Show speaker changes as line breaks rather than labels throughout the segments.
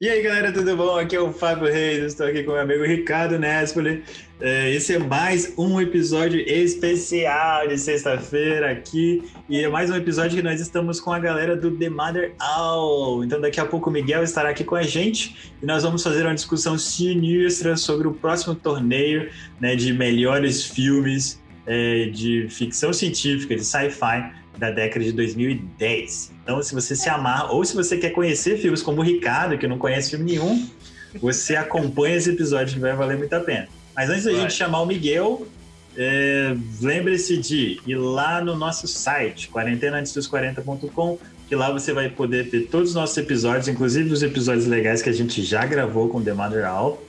E aí, galera, tudo bom? Aqui é o Fábio Reis, estou aqui com meu amigo Ricardo Nespoli. É, Esse é mais um episódio especial de sexta-feira aqui. E é mais um episódio que nós estamos com a galera do The Mother Owl. Então, daqui a pouco o Miguel estará aqui com a gente e nós vamos fazer uma discussão sinistra sobre o próximo torneio né, de melhores filmes é, de ficção científica, de sci-fi da década de 2010. Então, se você se amar ou se você quer conhecer filmes como o Ricardo, que não conhece filme nenhum, você acompanha esse episódio que vai valer muito a pena. Mas antes da
Vai.
gente chamar o Miguel, é, lembre-se de ir lá no nosso site, quarentenaantesdos40.com, que lá você vai poder ter todos os nossos episódios, inclusive os episódios legais que a gente já gravou com The Mother Owl.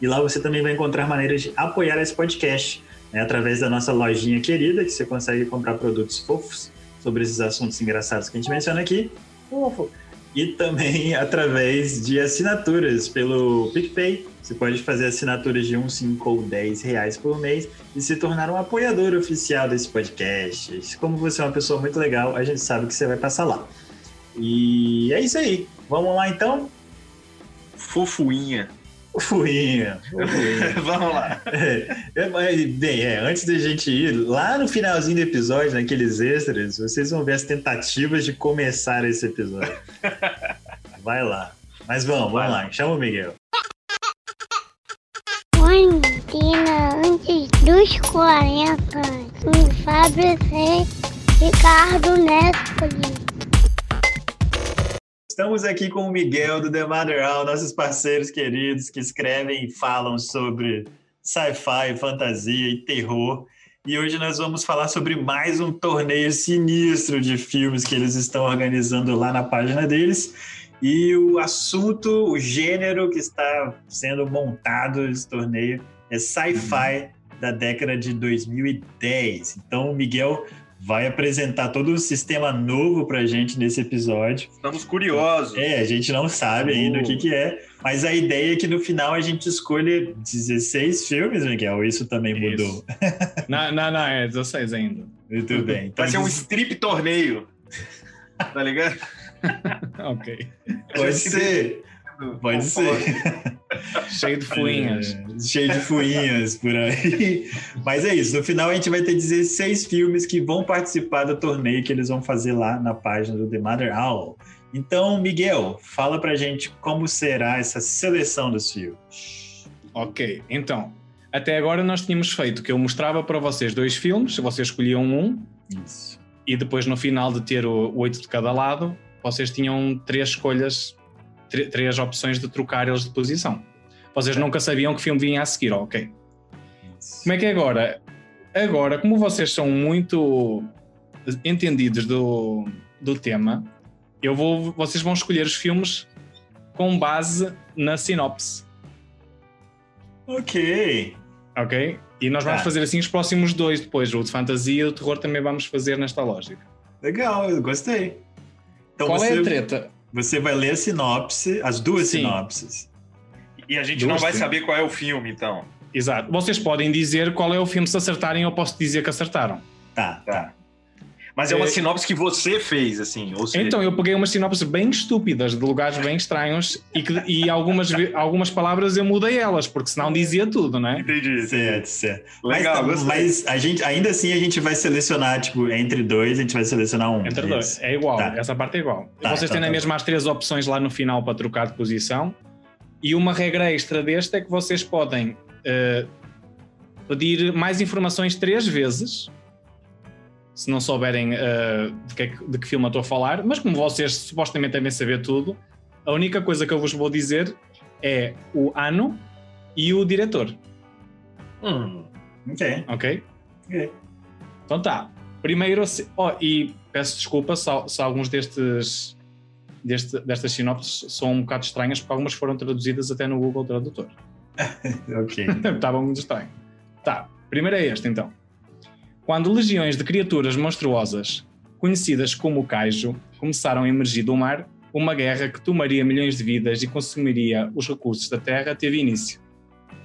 E lá você também vai encontrar maneiras de apoiar esse podcast né, através da nossa lojinha querida, que você consegue comprar produtos fofos sobre esses assuntos engraçados que a gente menciona aqui. Fofo. E também através de assinaturas pelo PicPay. Você pode fazer assinaturas de 1, 5 ou 10 reais por mês e se tornar um apoiador oficial desse podcast. Como você é uma pessoa muito legal, a gente sabe que você vai passar lá. E é isso aí. Vamos lá então?
Fofuinha.
Fuinha. Fuinha.
Vamos lá.
É, mas, bem, é, antes da gente ir, lá no finalzinho do episódio, naqueles extras, vocês vão ver as tentativas de começar esse episódio. Vai lá. Mas vamos,
Vai
vamos lá. Chama o Miguel.
Quarentena antes dos 40. Com Fábio Reis, Ricardo Nespoli.
Estamos aqui com o Miguel do The Mother All, nossos parceiros queridos que escrevem e falam sobre sci-fi, fantasia e terror. E hoje nós vamos falar sobre mais um torneio sinistro de filmes que eles estão organizando lá na página deles. E o assunto, o gênero que está sendo montado esse torneio é sci-fi da década de 2010. Então o Miguel vai apresentar todo um sistema novo pra gente nesse episódio.
Estamos curiosos.
É, a gente não sabe ainda
Uh.
o que, que é, mas a ideia é que no final a gente escolha 16 filmes, Miguel. Isso também
Isso.
mudou.
Não, não, não, é 16 ainda.
Muito bem. Então,
Vai ser um strip torneio. Tá ligado?
Ok.
Pode ser, pode ser.
Cheio de fuinhas.
É, cheio de fuinhas por aí. Mas é isso. No final a gente vai ter 16 filmes que vão participar do torneio que eles vão fazer lá na página do The Mother Owl. Então, Miguel, fala pra gente como será essa seleção dos filmes.
Ok, então. Até agora nós tínhamos feito que eu mostrava para vocês dois filmes, vocês escolhiam um,
Isso.
e depois no final de ter o oito de cada lado, vocês tinham três escolhas, tre- três opções de trocar eles de posição. Vocês nunca sabiam que filme vinha a seguir, ok.
isso.
Como é que é agora? Agora, como vocês são muito entendidos do, do tema, eu vou, vocês vão escolher os filmes com base na sinopse,
Ok.
ok? E nós vamos
Tá.
fazer assim os próximos dois depois, o de fantasia e o de terror também vamos fazer nesta lógica.
Legal, eu gostei. Então
Qual é
você,
a treta?
você vai ler a sinopse, as duas
Sim.
sinopses.
E a gente
Duas
não vai
tem.
saber qual é o filme, então.
Exato. Vocês podem dizer qual é o filme se acertarem, eu posso dizer que acertaram.
Tá, tá.
Mas é uma
É.
sinopse que você fez, assim. Ou seja,
Então, eu peguei umas sinopses bem estúpidas, de lugares bem estranhos, e, que- e algumas, ve- algumas palavras eu mudei elas, porque senão dizia tudo, não é?
entendi.
Certo, certo.
Legal,
mas, tá-
gostei.
mas a gente, ainda assim a gente vai selecionar, tipo, entre dois, a gente vai selecionar um.
Entre
é
dois,
isso?
é igual,
Tá.
essa parte é igual.
Tá,
Vocês
tá,
têm
tá.
na mesma as três opções lá no final para trocar de posição. E uma regra extra deste é que vocês podem eh, pedir mais informações três vezes, se não souberem eh, de, que, é que- de que filme eu estou a falar, mas como vocês supostamente devem saber tudo, a única coisa que eu vos vou dizer é o ano e o diretor,
Hum,
Ok.
ok?
Ok.
Então tá. Primeiro, se- oh, e peço desculpa se, al- se alguns destes deste- destas sinopses são um bocado estranhas, porque algumas foram traduzidas até no Google Tradutor.
Ok.
Estava muito estranho. Tá, primeiro é este então. Quando legiões de criaturas monstruosas, conhecidas como Kaijo, começaram a emergir do mar, uma guerra que tomaria milhões de vidas e consumiria os recursos da Terra teve início.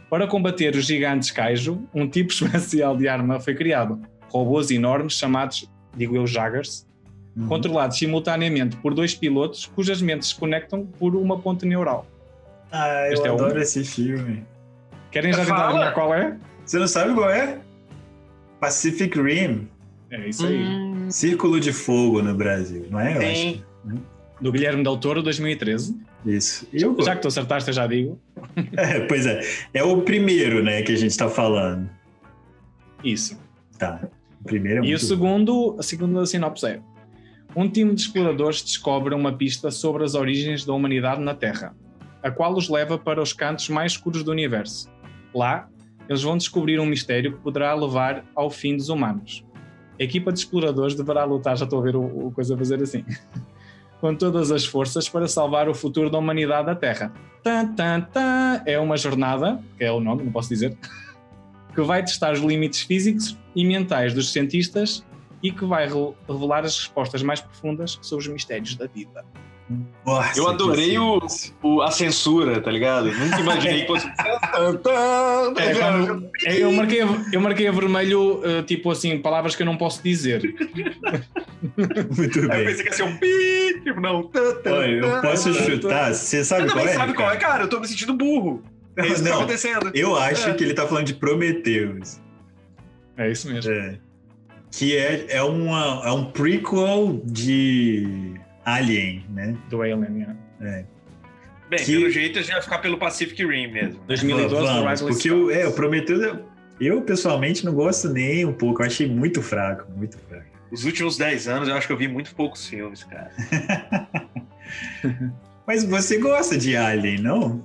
Para combater os gigantes Kaijo, um tipo especial de arma foi criado. Robôs enormes chamados, digo eu, Jaggers,
Uhum.
controlados simultaneamente por dois pilotos cujas mentes se conectam por uma ponte neural.
Ah, eu
Este é um.
adoro esse filme.
Querem já tentar
Fala!
adivinhar qual é?
Você não sabe qual é? Pacific Rim,
É isso aí.
Uhum. Hum.
Círculo de Fogo no Brasil, não é? Eu
Tem.
Do Guilherme Del Toro, 2013.
acho. Isso. E eu
Já que tu acertaste, eu já digo.
É, pois é. É o primeiro, né, que a gente tá falando.
Isso.
Tá. O primeiro é
E o
muito...
segundo, a segunda sinopse é: um time de exploradores descobre uma pista sobre as origens da humanidade na Terra, a qual os leva para os cantos mais escuros do universo. Lá, eles vão descobrir um mistério que poderá levar ao fim dos humanos. A equipa de exploradores deverá lutar, já estou a ver o, o coisa a fazer assim, com todas as forças para salvar o futuro da humanidade da Terra. Tan, tan, tan, é uma jornada, que é o nome, não posso dizer, que vai testar os limites físicos e mentais dos cientistas e que vai re- revelar as respostas mais profundas sobre os mistérios da vida.
Nossa,
Eu adorei
que
o,
silêncio.
o- a censura, tá ligado? Nunca imaginei que fosse.
É, quando- é, eu, marquei, a- eu marquei a vermelho, eh, tipo assim, palavras que eu não posso dizer.
Muito
Aí eu
bem.
pensei que ia ser um pi, tipo, não. tan, tan,
Olha, eu
tan,
posso
tan, tan.
chutar? Você
Eu
sabe qual
também
é?
sabe qual é, cara. Eu tô me sentindo burro. É isso que tá
Não.
acontecendo.
Eu acho que ele tá falando de Prometheus.
É isso mesmo.
É. Que é, é, uma, é um prequel de Alien, né?
Do Alien, yeah.
Bem,
que-
pelo jeito a gente vai ficar pelo Pacific Rim mesmo. né?
2012, do
Vamos,
Ridley
porque o, é, o Prometheus, eu- eu pessoalmente não gosto nem um pouco. Eu achei muito fraco, muito fraco.
Os últimos 10 anos eu acho que eu vi muito poucos filmes, cara.
Mas você gosta de Alien, não?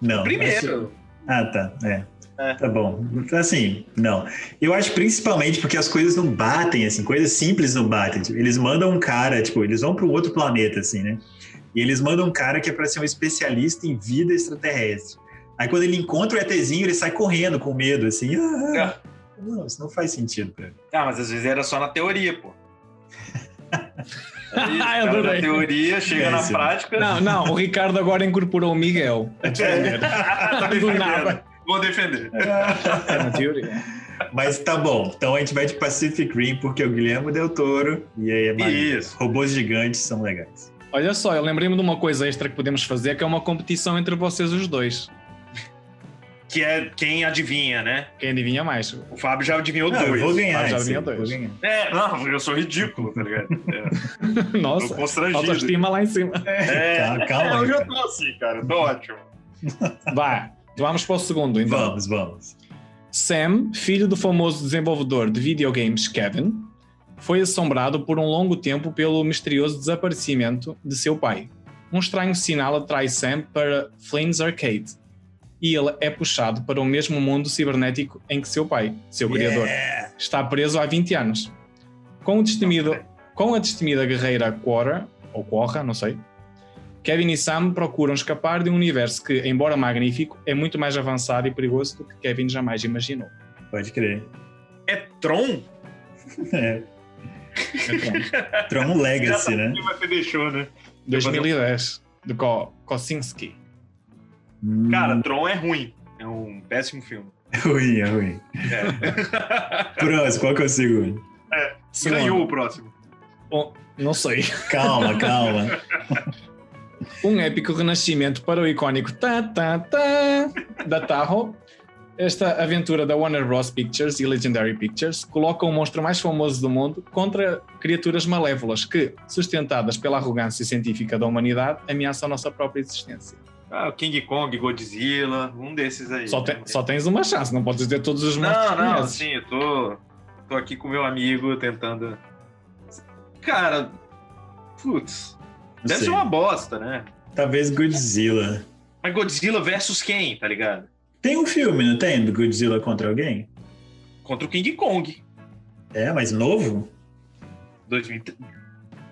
Não. acho-
Primeiro.
Ah, tá. É.
É.
Tá bom. Assim, não. Eu acho principalmente porque as coisas não batem, assim, coisas simples não batem. Tipo, eles mandam um cara, tipo, eles vão para um outro planeta, assim, né? E eles mandam um cara que é para ser um especialista em vida extraterrestre. Aí quando ele encontra o ETzinho, ele sai correndo com medo, assim. Ah, Não, isso não faz sentido pra mim.
Ah, mas às vezes era só na teoria, pô. Aí,
Ah,
o cara
adorei.
na teoria, chega na
Péssimo.
prática.
Não, não, o Ricardo agora incorporou o Miguel. A defender.
tá
Do
defendendo.
nada.
Vou defender.
É uma teoria.
Mas tá bom. Então a gente vai de Pacific Rim, porque é o Guilherme Del Toro. E aí é maneiro.
Isso.
Robôs gigantes são legais.
Olha só, eu lembrei-me de uma coisa extra que podemos fazer, que é uma competição entre vocês os dois.
Que é quem adivinha, né?
Quem adivinha mais?
O Fábio já adivinhou
Não, eu
dois.
vou ganhar.
Ah, já
isso
vinha
aí,
dois.
Vou ganhar.
É, não, eu sou ridículo, tá ligado? É, tô
Nossa,
constrangido.
autoestima lá em cima.
É,
Tá, calma
é,
aí,
hoje eu
cara.
tô assim, cara. eu Tô ótimo.
Vá, vamos para o segundo então.
Vamos, vamos.
Sam, filho do famoso desenvolvedor de videogames Kevin, foi assombrado por um longo tempo pelo misterioso desaparecimento de seu pai. Um estranho sinal atrai Sam para Flynn's Arcade e ele é puxado para o mesmo mundo cibernético em que seu pai, seu criador,
Yeah.
está preso há 20 anos. Com, o destemido, com a destemida guerreira Quora, ou Quorra, não sei, Kevin e Sam procuram escapar de um universo que, embora magnífico, é muito mais avançado e perigoso do que Kevin jamais imaginou.
Pode crer.
É Tron?
É.
Então,
Tron Legacy, né?
Quem vai ter deixou, né?
2010, de Ko Kosinski.
Cara, Tron é ruim. É um péssimo filme.
Hum, ruim, é ruim.
É.
Próximo, qual que é o segundo?
Segundo,
Ganhou o próximo.
Não sei.
Calma, calma.
Um épico renascimento para o icónico tá, tá, tá, da Tahoe. Esta aventura da Warner Bros. Pictures e Legendary Pictures coloca o monstro mais famoso do mundo contra criaturas malévolas que, sustentadas pela arrogância científica da humanidade, ameaçam a nossa própria existência.
Ah, o King Kong, Godzilla, um desses aí.
Só, te- só tens uma chance, não podes dizer todos os monstros
Não,
que
não,
conheces.
sim, eu tô, tô aqui com meu amigo tentando. Cara, putz,
Não
deve
sei.
ser uma bosta, né?
Talvez Godzilla.
Mas Godzilla versus quem, tá ligado?
Tem um filme, não tem? Do Godzilla contra alguém?
Contra o King Kong.
É, mas novo?
2003.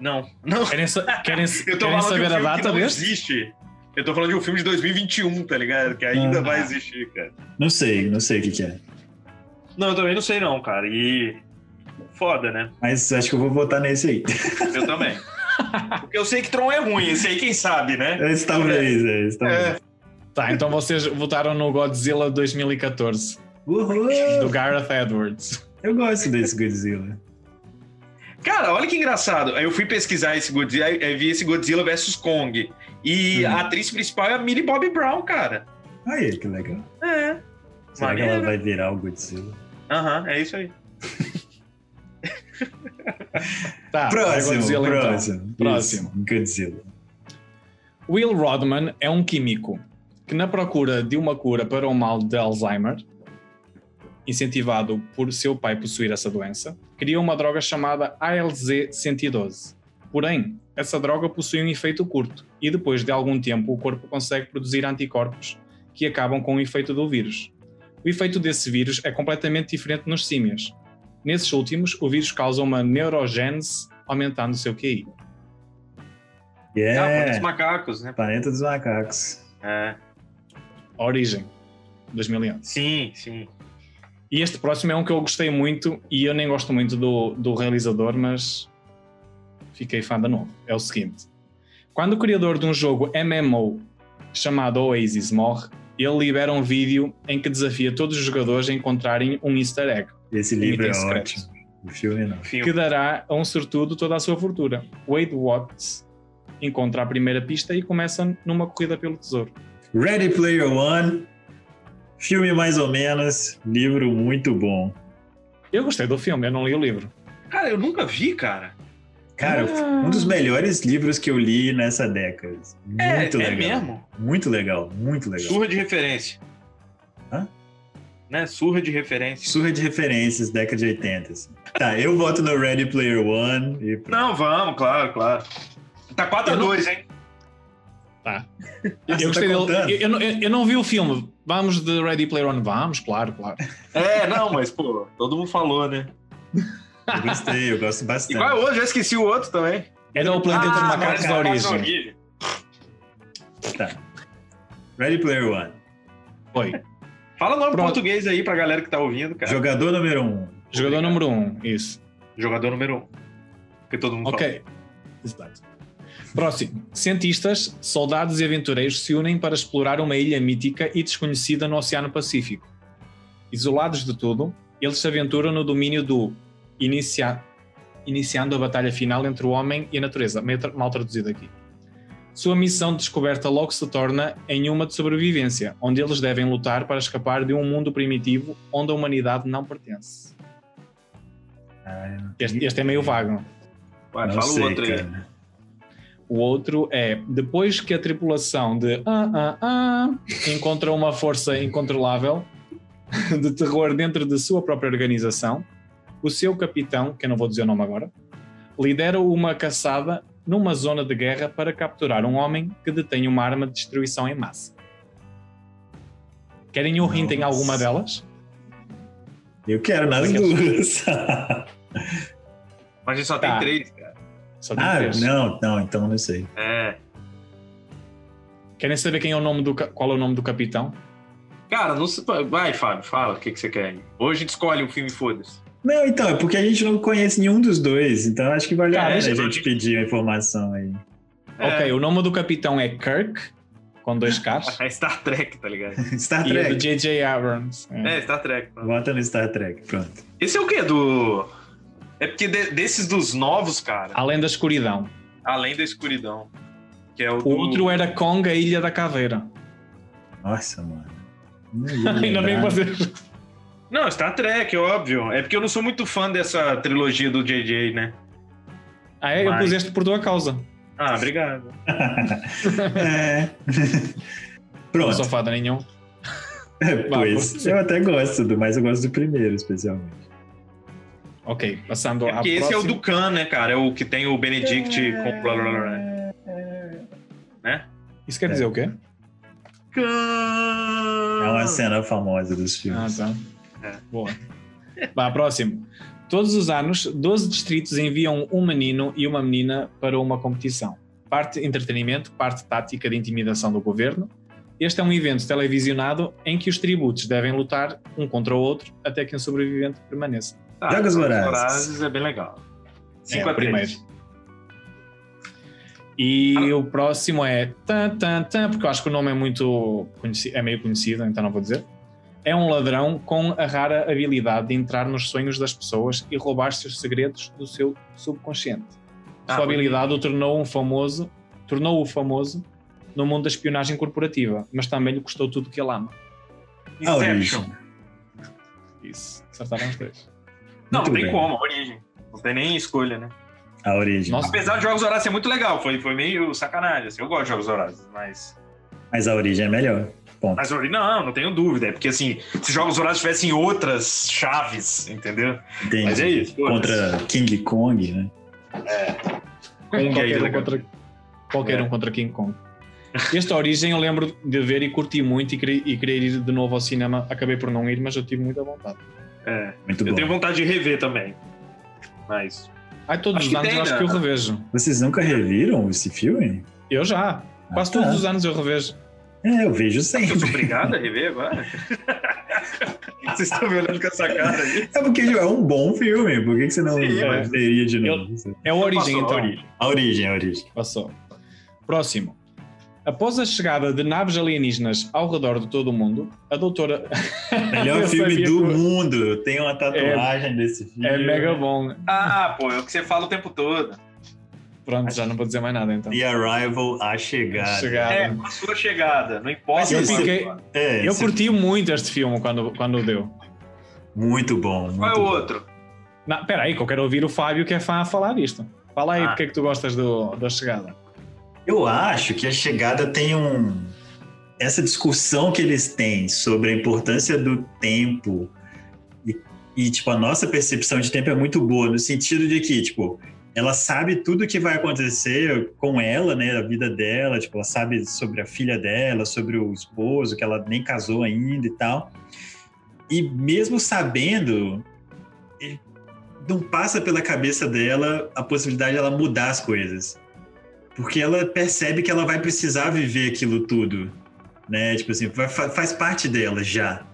Não, não.
Querem, sa- querem-
Eu tô falando
querem
de um
saber a
filme que
data
não
deste?
existe. Eu tô falando de um filme de 2021, tá ligado? Que ainda
Ah.
vai existir, cara.
Não sei, não sei o que, que é.
Não, eu também não sei não, cara. E foda, né?
Mas acho que eu vou votar nesse aí.
Eu também. Porque eu sei que Tron é ruim, esse aí quem sabe, né?
Esse talvez, é, esse talvez.
Tá, então vocês votaram no Godzilla 2014,
Uhul!
do Gareth Edwards.
Eu gosto desse Godzilla.
Cara, olha que engraçado. Aí eu fui pesquisar esse Godzilla, aí aí vi esse Godzilla vs Kong. E
Uhum.
a atriz principal é a Millie Bobby Brown, cara.
Aí, que legal.
É.
Será que ela
Maneiro.
vai virar o Godzilla?
Aham, é isso aí.
Tá,
próximo,
vai Godzilla, então.
próximo.
Próximo.
Isso, Godzilla.
Will Rodman é um químico que, na procura de uma cura para o mal de Alzheimer, incentivado por seu pai possuir essa doença, criou uma droga chamada ALZ-112. Porém, essa droga possui um efeito curto e, depois de algum tempo, o corpo consegue produzir anticorpos que acabam com o efeito do vírus. O efeito desse vírus é completamente diferente nos símios. Nesses últimos, o vírus causa uma neurogênese, aumentando o seu QI.
É.
Ah, por os
Yeah,
macacos, né?
planeta dos macacos.
É.
A origem, 2011.
Sim, sim.
E este próximo é um que eu gostei muito e eu nem gosto muito do, do realizador, mas fiquei fã de novo. É o seguinte: quando o criador de um jogo MMO chamado Oasis morre, ele libera um vídeo em que desafia todos os jogadores a encontrarem um easter egg
Esse
um
livro é
item secreto,
ótimo. O filme não.
que
Filme.
dará a um sortudo toda a sua fortuna. Wade Watts encontra a primeira pista e começa numa corrida pelo tesouro.
Ready Player One. Filme mais ou menos. Livro muito bom.
Eu gostei do filme, eu não li o livro.
Cara, eu nunca vi, cara.
Cara,
Ah.
um dos melhores livros que eu li nessa década. Muito
É,
legal.
é mesmo?
Muito legal, muito legal. Surra,
Surra de referência.
Hã?
Né? Surra de referência.
de referências, década de 80. assim. Tá, eu voto no Ready Player One e pronto.
Não, vamos, claro, claro. Tá 4x2, hein?
Tá.
Ah, você
eu, gostei
tá
dele.
contando?
Eu, eu não- eu- eu não vi o filme. Vamos de Ready Player One? Vamos, claro, claro.
É, não, mas, pô, todo mundo falou, né?
Eu gostei, eu gosto bastante.
Igual é outro, já esqueci o outro também. Ah, é
Era o planeta dos macacos Ah, da
Macacos
origem.
Ready Player One.
Foi.
Fala o nome
Pronto.
português aí pra galera que tá ouvindo, cara.
Jogador número um.
Jogador número 1, um, isso.
Jogador número um. Que todo mundo fala.
Ok. Exato. Próximo. Cientistas, soldados e aventureiros se unem para explorar uma ilha mítica e desconhecida no Oceano Pacífico. Isolados de tudo, eles se aventuram no domínio do inicia- iniciando a batalha final entre o homem e a natureza. Meio tra- Mal traduzido aqui. Sua missão de descoberta logo se torna em uma de sobrevivência, onde eles devem lutar para escapar de um mundo primitivo onde a humanidade não pertence. Este, este é meio vago.
Vai,
Não
fala
sei,
o outro aí.
cara.
O outro é depois que a tripulação de ah, ah, ah, encontra uma força incontrolável de terror dentro de sua própria organização, o seu capitão, que eu não vou dizer o nome agora, lidera uma caçada numa zona de guerra para capturar um homem que detém uma arma de destruição em massa. Querem um hint em
Nossa.
alguma delas?
Eu quero
é
nas
Daqueles-
duas.
Mas a gente só
Tá.
tem três, cara.
Só tem
ah,
três.
não, não, então não sei.
É.
Querem saber quem é o nome do ca- qual é o nome do capitão?
Cara, não se... vai, Fábio, fala o que, que você quer aí. Hoje a gente escolhe um filme, foda-se.
Não, então, é porque a gente não conhece nenhum dos dois, então acho que vale
Cara,
a
esse
pena a
é
gente
o-
pedir a informação aí.
É.
Ok, o nome do capitão é Kirk com dois Ks.
É Star Trek, tá ligado?
Star
E é do
Trek.
J.J. Abrams. É.
É, Star Trek. mano.
Vota no Star Trek, pronto.
Esse é o quê? Do. É porque de- desses dos novos, cara,
Além da escuridão.
além da escuridão. Que é o,
O outro era Kong, a Ilha da Caveira.
Nossa, mano.
Ainda bem que
você.
vocês. é-
Não, Star Trek, óbvio. É porque eu não sou muito fã dessa trilogia do JJ, né?
Ah, é, eu
Mas-
pus este por tua causa.
Ah, obrigado.
É.
Não
Pronto.
sou fada nenhum.
É,
Vá,
pois,
você.
eu até gosto, do, mas eu gosto do primeiro, especialmente.
Ok, passando
É
à
porque esse é o
próxima.
do Khan, né, cara? É o que tem o Benedict com blá blá blá, blá.
Isso
É.
quer dizer o quê?
Khan!
É uma cena famosa dos
Ah,
filmes.
tá.
É.
Boa. Vá, próximo. Todos os anos, 12 distritos enviam um menino e uma menina para uma competição. Parte entretenimento, parte tática de intimidação do governo. Este é um evento televisionado em que os tributos devem lutar um contra o outro até que um sobrevivente permaneça.
Tá,
Jogos Vorazes.
é bem legal.
É,
5 a
o primeiro.
3.
E
Ah.
o próximo é tan, tan, tan, porque eu acho que o nome é muito conheci- é meio conhecido, então não vou dizer. é um ladrão com a rara habilidade de entrar nos sonhos das pessoas e roubar seus segredos do seu subconsciente.
Ah,
Sua
bonito.
habilidade o tornou um famoso, tornou-o famoso no mundo da espionagem corporativa, mas também lhe custou tudo que ele ama.
Ah, Inception.
Isso, acertaram os dois.
não, não
Muito
tem
bem.
como, origem. Não tem nem escolha, né?
A origem.
Nossa.
Apesar de Jogos Horários ser muito legal, foi, foi meio sacanagem. assim. Eu gosto de Jogos Horários, mas.
Mas a origem é melhor. Ponto.
Mas ori- não, não tenho dúvida. É porque assim, se Jogos Horários tivessem outras chaves, entendeu?
Entendi.
Mas é isso.
Contra King Kong, né?
Kong aí,
qualquer um
né, cara?
contra, qualquer
É.
um contra King Kong. Esta origem eu lembro de ver e curti muito e queria, e queria ir de novo ao cinema. Acabei por não ir, mas eu tive muita vontade.
É.
Muito
Eu
bom.
tenho vontade de rever também. Mas.
Ai, todos
Acho
os
que
anos
tem,
eu acho
né?
que eu revejo.
Vocês nunca reviram esse filme?
Eu já. Quase
Ah,
todos
tá.
os anos eu revejo.
É, eu vejo
Eu sou
sempre.
obrigado a rever agora? Vocês estão me olhando com essa cara aí?
É porque é um bom filme. Por que, que você não
Sim,
mas-
veria de novo?
É a origem,
Passou a
então.
origem.
A origem, a origem.
Passou. Próximo. Após a chegada de naves alienígenas ao redor de todo o mundo, a doutora. é
Melhor
Eu
filme
sabia
do
que-
mundo. Eu tenho uma tatuagem desse filme.
É mega bom.
Ah, pô, é o que você fala o tempo todo.
Pronto, já não vou dizer mais nada então.
The Arrival, A Chegada.
Chegada.
É, com a sua chegada. Não importa.
eu
quanto.
fiquei-
É,
Eu
esse-
curti muito este filme quando, quando deu.
Muito bom. Muito
Qual é o
bom.
outro?
Não, espera aí, que eu quero ouvir o Fábio que é fã a falar disto. Fala aí
Ah.
porque é que tu gostas do, da chegada.
Eu acho que a chegada tem um. Essa discussão que eles têm sobre a importância do tempo e, e, tipo, a nossa percepção de tempo é muito boa, no sentido de que, tipo, ela sabe tudo que vai acontecer com ela, né, a vida dela, tipo, ela sabe sobre a filha dela, sobre o esposo, que ela nem casou ainda e tal. E mesmo sabendo, eh, não passa pela cabeça dela a possibilidade de ela mudar as coisas porque ela percebe que ela vai precisar viver aquilo tudo, né? Tipo assim, vai- fa- faz parte dela já.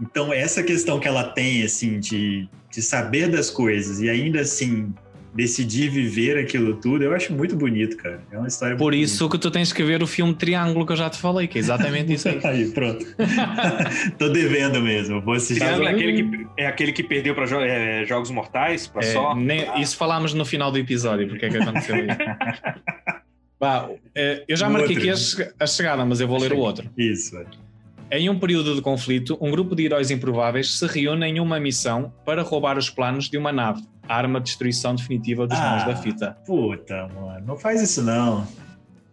Então essa questão que ela tem assim de, de saber das coisas e ainda assim decidir viver aquilo tudo, eu acho muito bonito, cara. É uma história
Por
muito
isso que tu tens que ver o filme Triângulo que eu já te falei, que é exatamente isso aí.
bonita. aí, pronto. Tô devendo mesmo, vou assistir.
Tá
Triângulo é
bom.
aquele que, é aquele que perdeu para Jogos Mortais, para
É,
só.
nem- isso falámos no final do episódio, porque é que aconteceu aí. Vá, eh, eu já
O
marquei
outro.
aqui a, che- a chegada, mas eu vou ler o outro.
Isso. velho.
Em um período de conflito, um grupo de heróis improváveis se reúne em uma missão para roubar os planos de uma nave, a arma de destruição definitiva dos mãos
Ah.
da fita.
Puta, mano, não faz isso não.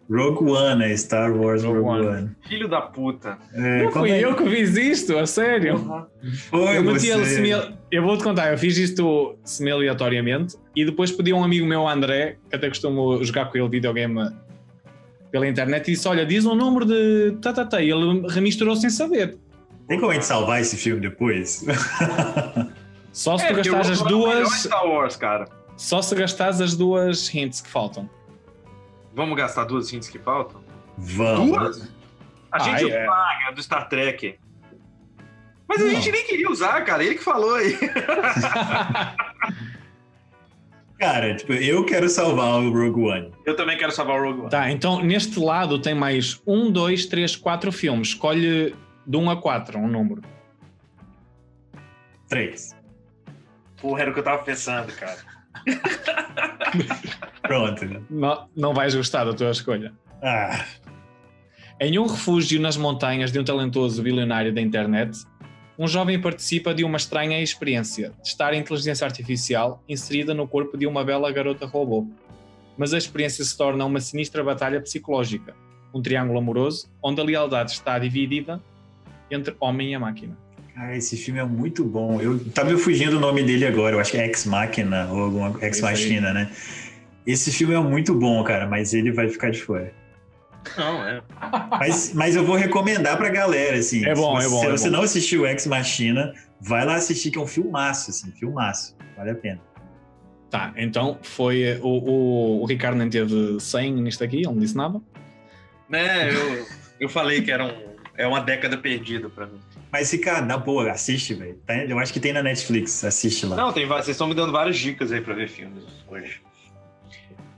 Rogue One, é Star Wars Rogue,
Rogue
One.
One.
Filho da puta. É,
É,
Não
como
fui
é-
eu que fiz isto, a sério.
Foi
Eu meti
você.
ele semi- Eu vou-te contar, eu fiz isto semi-aleatoriamente e depois pedi a um amigo meu, André, que até costumo jogar com ele videogame pela internet, e disse: Olha, diz um número de. Tá, tá, tá. E ele remisturou sem saber.
Tem como a gente salvar esse filme depois?
Só se
É,
tu
porque o
gastares as
Rogue One é o melhor
duas.
Star Wars, cara.
Só se gastares as duas hints que faltam.
Vamos gastar duas hints que faltam?
Vamos.
A gente
Ai, é.
paga do Star Trek. Mas a
Não.
gente nem queria usar, cara. Ele que falou aí.
Cara, tipo, eu quero salvar o Rogue One.
Eu também quero salvar o Rogue One.
tá, então neste lado tem mais um, dois, três, quatro filmes. Escolhe de um a quatro um número.
Três.
Porra, era o que eu tava pensando, cara.
Pronto.
Não, não vais gostar da tua escolha.
Ah,
Em um refúgio nas montanhas de um talentoso bilionário da internet, um jovem participa de uma estranha experiência de estar em inteligência artificial inserida no corpo de uma bela garota robô. Mas a experiência se torna uma sinistra batalha psicológica, um triângulo amoroso onde a lealdade está dividida entre homem e a máquina.
cara, esse filme é muito bom. Eu tá me fugindo o nome dele agora. Eu acho que é Ex Machina ou alguma Ex
Isso aí.
Machina, né? Esse filme é muito bom, cara, mas ele vai ficar de fora.
Não, é.
Mas, mas eu vou recomendar pra galera, assim.
É bom,
se
é bom,
Se
é
você
bom.
não assistiu Ex Machina, vai lá assistir, que é um filmaço, assim, filmaço. Vale a pena.
Tá, então foi. O, o- o Ricardo nem teve 100 nisto aqui, ele não disse nada.
Né, eu, eu falei que era um, é uma década perdida pra mim.
Mas, Ricardo, na boa, assiste, velho. Tá- Eu acho que tem na Netflix, assiste lá.
Não, tem, va- vocês estão me dando várias dicas aí pra ver filmes hoje.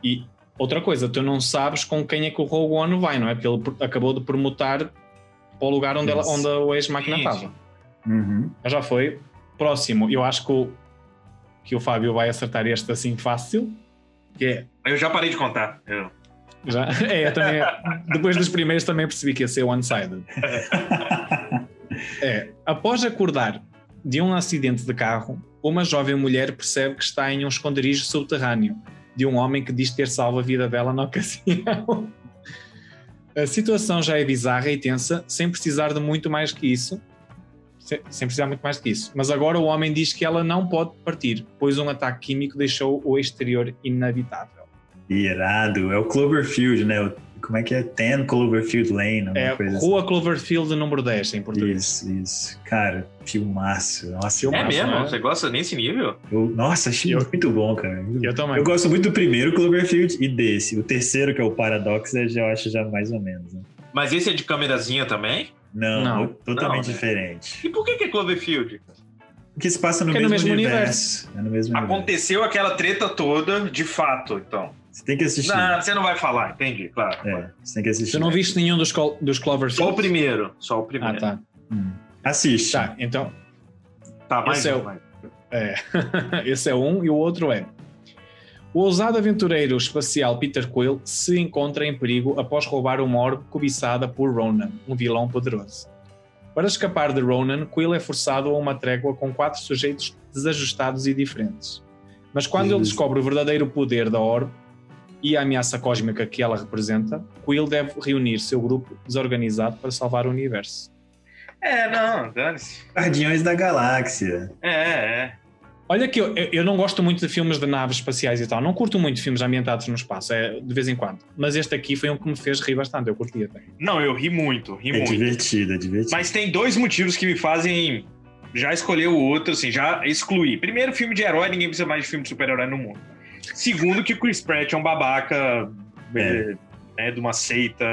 E outra coisa, tu não sabes com quem é que o Rogue One vai, não é? Porque ele por- acabou de permutar para o lugar onde, ela,
Isso.
onde o ex-máquina
Sim,
estava.
sim.
Uhum.
Mas já foi. Próximo, eu acho que o, que o Fábio vai acertar este assim fácil. Que é.
Eu já parei de contar. Eu-
Já, é, eu também. Depois dos primeiros também percebi que ia ser one-sided. É. Após acordar de um acidente de carro, uma jovem mulher percebe que está em um esconderijo subterrâneo de um homem que diz ter salvo a vida dela na ocasião. A situação já é bizarra e tensa, sem precisar de muito mais que isso. Se- Sem precisar muito mais que isso. Mas agora o homem diz que ela não pode partir, pois um ataque químico deixou o exterior inabitável.
Irado. É o Cloverfield, né? O- como é que é? Ten Cloverfield Lane, alguma
É
coisa
Rua Cloverfield, número 10, em
assim.
português.
Isso, isso. Cara, filmaço. Nossa,
É
É
filmaço.
mesmo?
né?
Você gosta nesse nível?
Eu- nossa, achei
Eu-
muito bom, cara. Muito
Eu também.
Eu gosto muito do primeiro Cloverfield e desse. O terceiro, que é o Paradox, eu já acho já mais ou menos. né?
Mas esse é de câmerazinha também?
Não,
Não,
totalmente
não, né?
diferente.
E por que que é Cloverfield?
Porque se passa no,
Porque é
mesmo, universo. É no mesmo universo.
Aconteceu aquela treta toda, de fato, então.
Você tem que assistir.
Não, você não vai falar, entendi, claro.
É, você tem que assistir.
Tu não viste nenhum dos, col- dos Cloverfield?
Só o primeiro, só o
Ah,
primeiro. tá.
tá.
Hum. Assiste.
Tá, então
mais
Esse é
um,
o-
mais.
esse é um e o outro é. O ousado aventureiro espacial Peter Quill se encontra em perigo após roubar uma orbe cobiçada por Ronan, um vilão poderoso. Para escapar de Ronan, Quill é forçado a uma trégua com quatro sujeitos desajustados e diferentes. Mas quando ele
Jesus.
descobre o verdadeiro poder da orbe e a ameaça cósmica que ela representa, Quill deve reunir seu grupo desorganizado para salvar o universo.
É, não, dane-se.
Guardiões da Galáxia.
É, é.
Olha que eu, eu- eu não gosto muito de filmes de naves espaciais e tal. Não curto muito filmes ambientados no espaço, é, de vez em quando. Mas este aqui foi um que me fez rir bastante. Eu curti até.
Não, eu ri muito, ri
É
muito.
divertido, é divertido.
Mas tem dois motivos que me fazem já escolher o outro, assim, já excluir. Primeiro, filme de herói, ninguém precisa mais de filme de super-herói no mundo. Segundo, que o Chris Pratt é um babaca
É.
é. né, de uma seita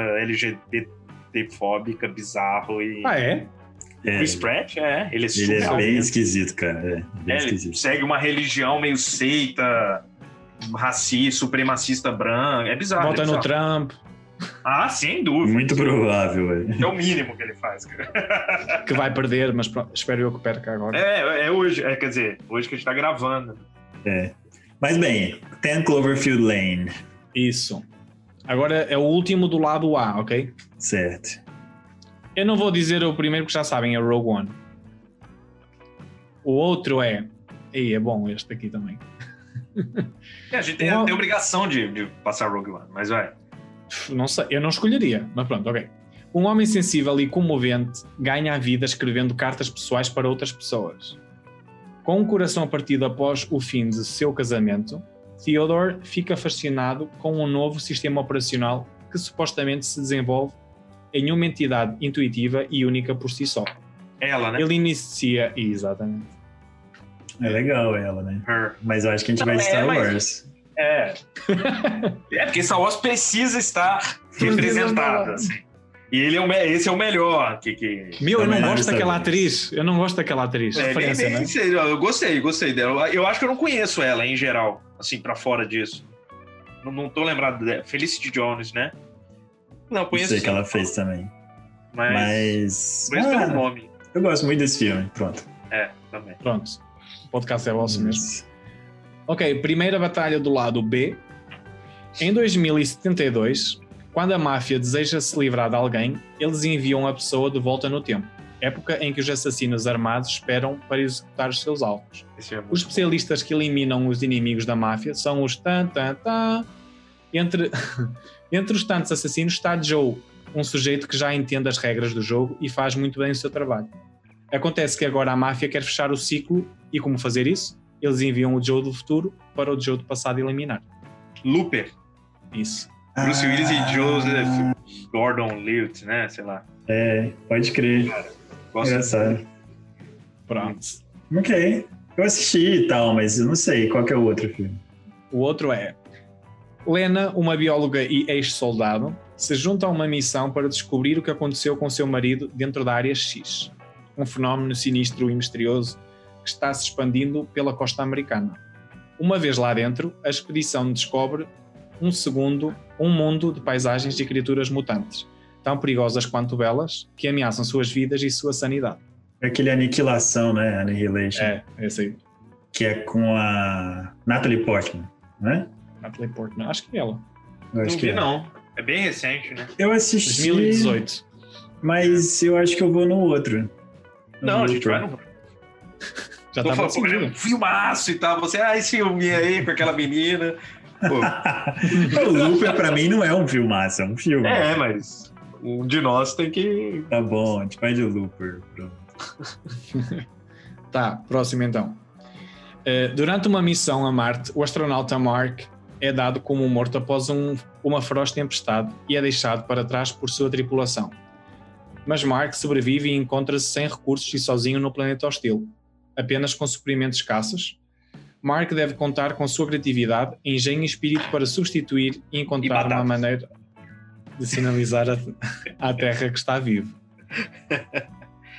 LGBT-fóbica, bizarro. E...
Ah, é?
É,
Chris Pratt, é, ele é
ele
super
é
alguém.
bem esquisito, cara. É, bem
É, ele
esquisito.
segue uma religião meio seita, racista, supremacista branco. É bizarro.
Vota
é
no
bizarro.
Trump,
Ah, sem dúvida.
Muito provável, velho.
É o mínimo que ele faz, cara.
que vai perder, mas pronto, espero eu que perca agora.
É, é hoje, é, quer dizer, hoje que a gente tá gravando.
É. Mas bem, Ten Cloverfield Lane,
Isso. Agora é o último do lado A, ok?
certo.
Eu não vou dizer o primeiro porque já sabem, é Rogue One. O outro é. Ei, é bom este aqui também.
É, a gente tem,
Uma-
tem obrigação de, de passar Rogue One, mas vai.
Pff, Não sei, eu não escolheria, mas pronto, ok. Um homem sensível e comovente ganha a vida escrevendo cartas pessoais para outras pessoas. Com o coração partido após o fim de seu casamento, Theodore fica fascinado com um novo sistema operacional que supostamente se desenvolve em uma entidade intuitiva e única por si só.
Ela, né?
Ele inicia. Exatamente.
É legal ela, né?
Her.
Mas eu acho que a gente vai de
Não, é,
Star
mas-
Wars.
É. é porque Star Wars precisa estar representada. assim. E ele é o me- esse é o melhor. Que, que...
Meu, eu
Também
não
não
gosto
sabia.
daquela atriz. Eu não gosto daquela atriz.
É, nem-
Referência,
nem
né?
sei, não, eu gostei, gostei dela. Eu acho que eu não conheço ela em geral, assim, pra fora disso. Não, não tô lembrado dela. Felicity Jones, né? Não,
Eu
conheço.
sei que
sim,
ela fez também.
Mas.
Mas.
Conheço
Ah,
pelo nome.
eu gosto muito desse filme. Pronto.
É, também.
Pronto. O podcast é vosso mesmo. Ok, primeira batalha do lado B. Em 2072, quando a máfia deseja se livrar de alguém, eles enviam a pessoa de volta no tempo, época em que os assassinos armados esperam para executar os seus alvos.
Esse é muito
Os especialistas que eliminam os inimigos da máfia são os tan tan tan. Entre, entre os tantos assassinos está Joe, um sujeito que já entende as regras do jogo e faz muito bem o seu trabalho. Acontece que agora a máfia quer fechar o ciclo e como fazer isso? Eles enviam o Joe do futuro para o Joe do passado eliminar.
bom. Looper.
Isso.
Bruce Willis
Ah.
e
Joseph.
Joseph Gordon Lewitt, né? Sei lá.
É, pode crer.
Gosto
Engraçado.
Pronto.
Ok. Eu assisti e tal, mas eu não sei qual que é o outro filme.
O outro é Lena, uma bióloga e ex-soldado, se junta a uma missão para descobrir o que aconteceu com seu marido dentro da área X, um fenómeno sinistro e misterioso que está se expandindo pela costa americana. Uma vez lá dentro, a expedição descobre um segundo, um mundo de paisagens e criaturas mutantes, tão perigosas quanto belas, que ameaçam suas vidas e sua sanidade.
É Aquele Aniquilação, né? Annihilation.
É, esse aí.
Que é com a Natalie Portman, né?
Natalie Portman, acho que é ela.
Eu
Não
acho que
vi,
é.
não. É bem recente, né?
Eu assisti,
2018.
mas eu acho que eu vou no outro. No
Não, a gente
outro.
vai no.
Já tá
Tô
estava
falando, pô, é um
decidido. filmaço
filmaço e tal. Você, ah, esse filme aí com aquela menina. Pô,
o Looper, pra mim, não é um filmaço, é um filme.
é, mas um de nós tem que.
Tá bom, a gente vai de Looper. pronto.
Tá, próximo então. Eh, durante uma missão a Marte, o astronauta Mark é dado como morto após um- uma feroz tempestade e é deixado para trás por sua tripulação. Mas Mark sobrevive e encontra-se sem recursos e sozinho no planeta hostil, apenas com suprimentos escassos. Mark deve contar com sua criatividade, engenho e espírito para substituir e
E
encontrar
batatas.
uma maneira de sinalizar a, à Terra que está vivo.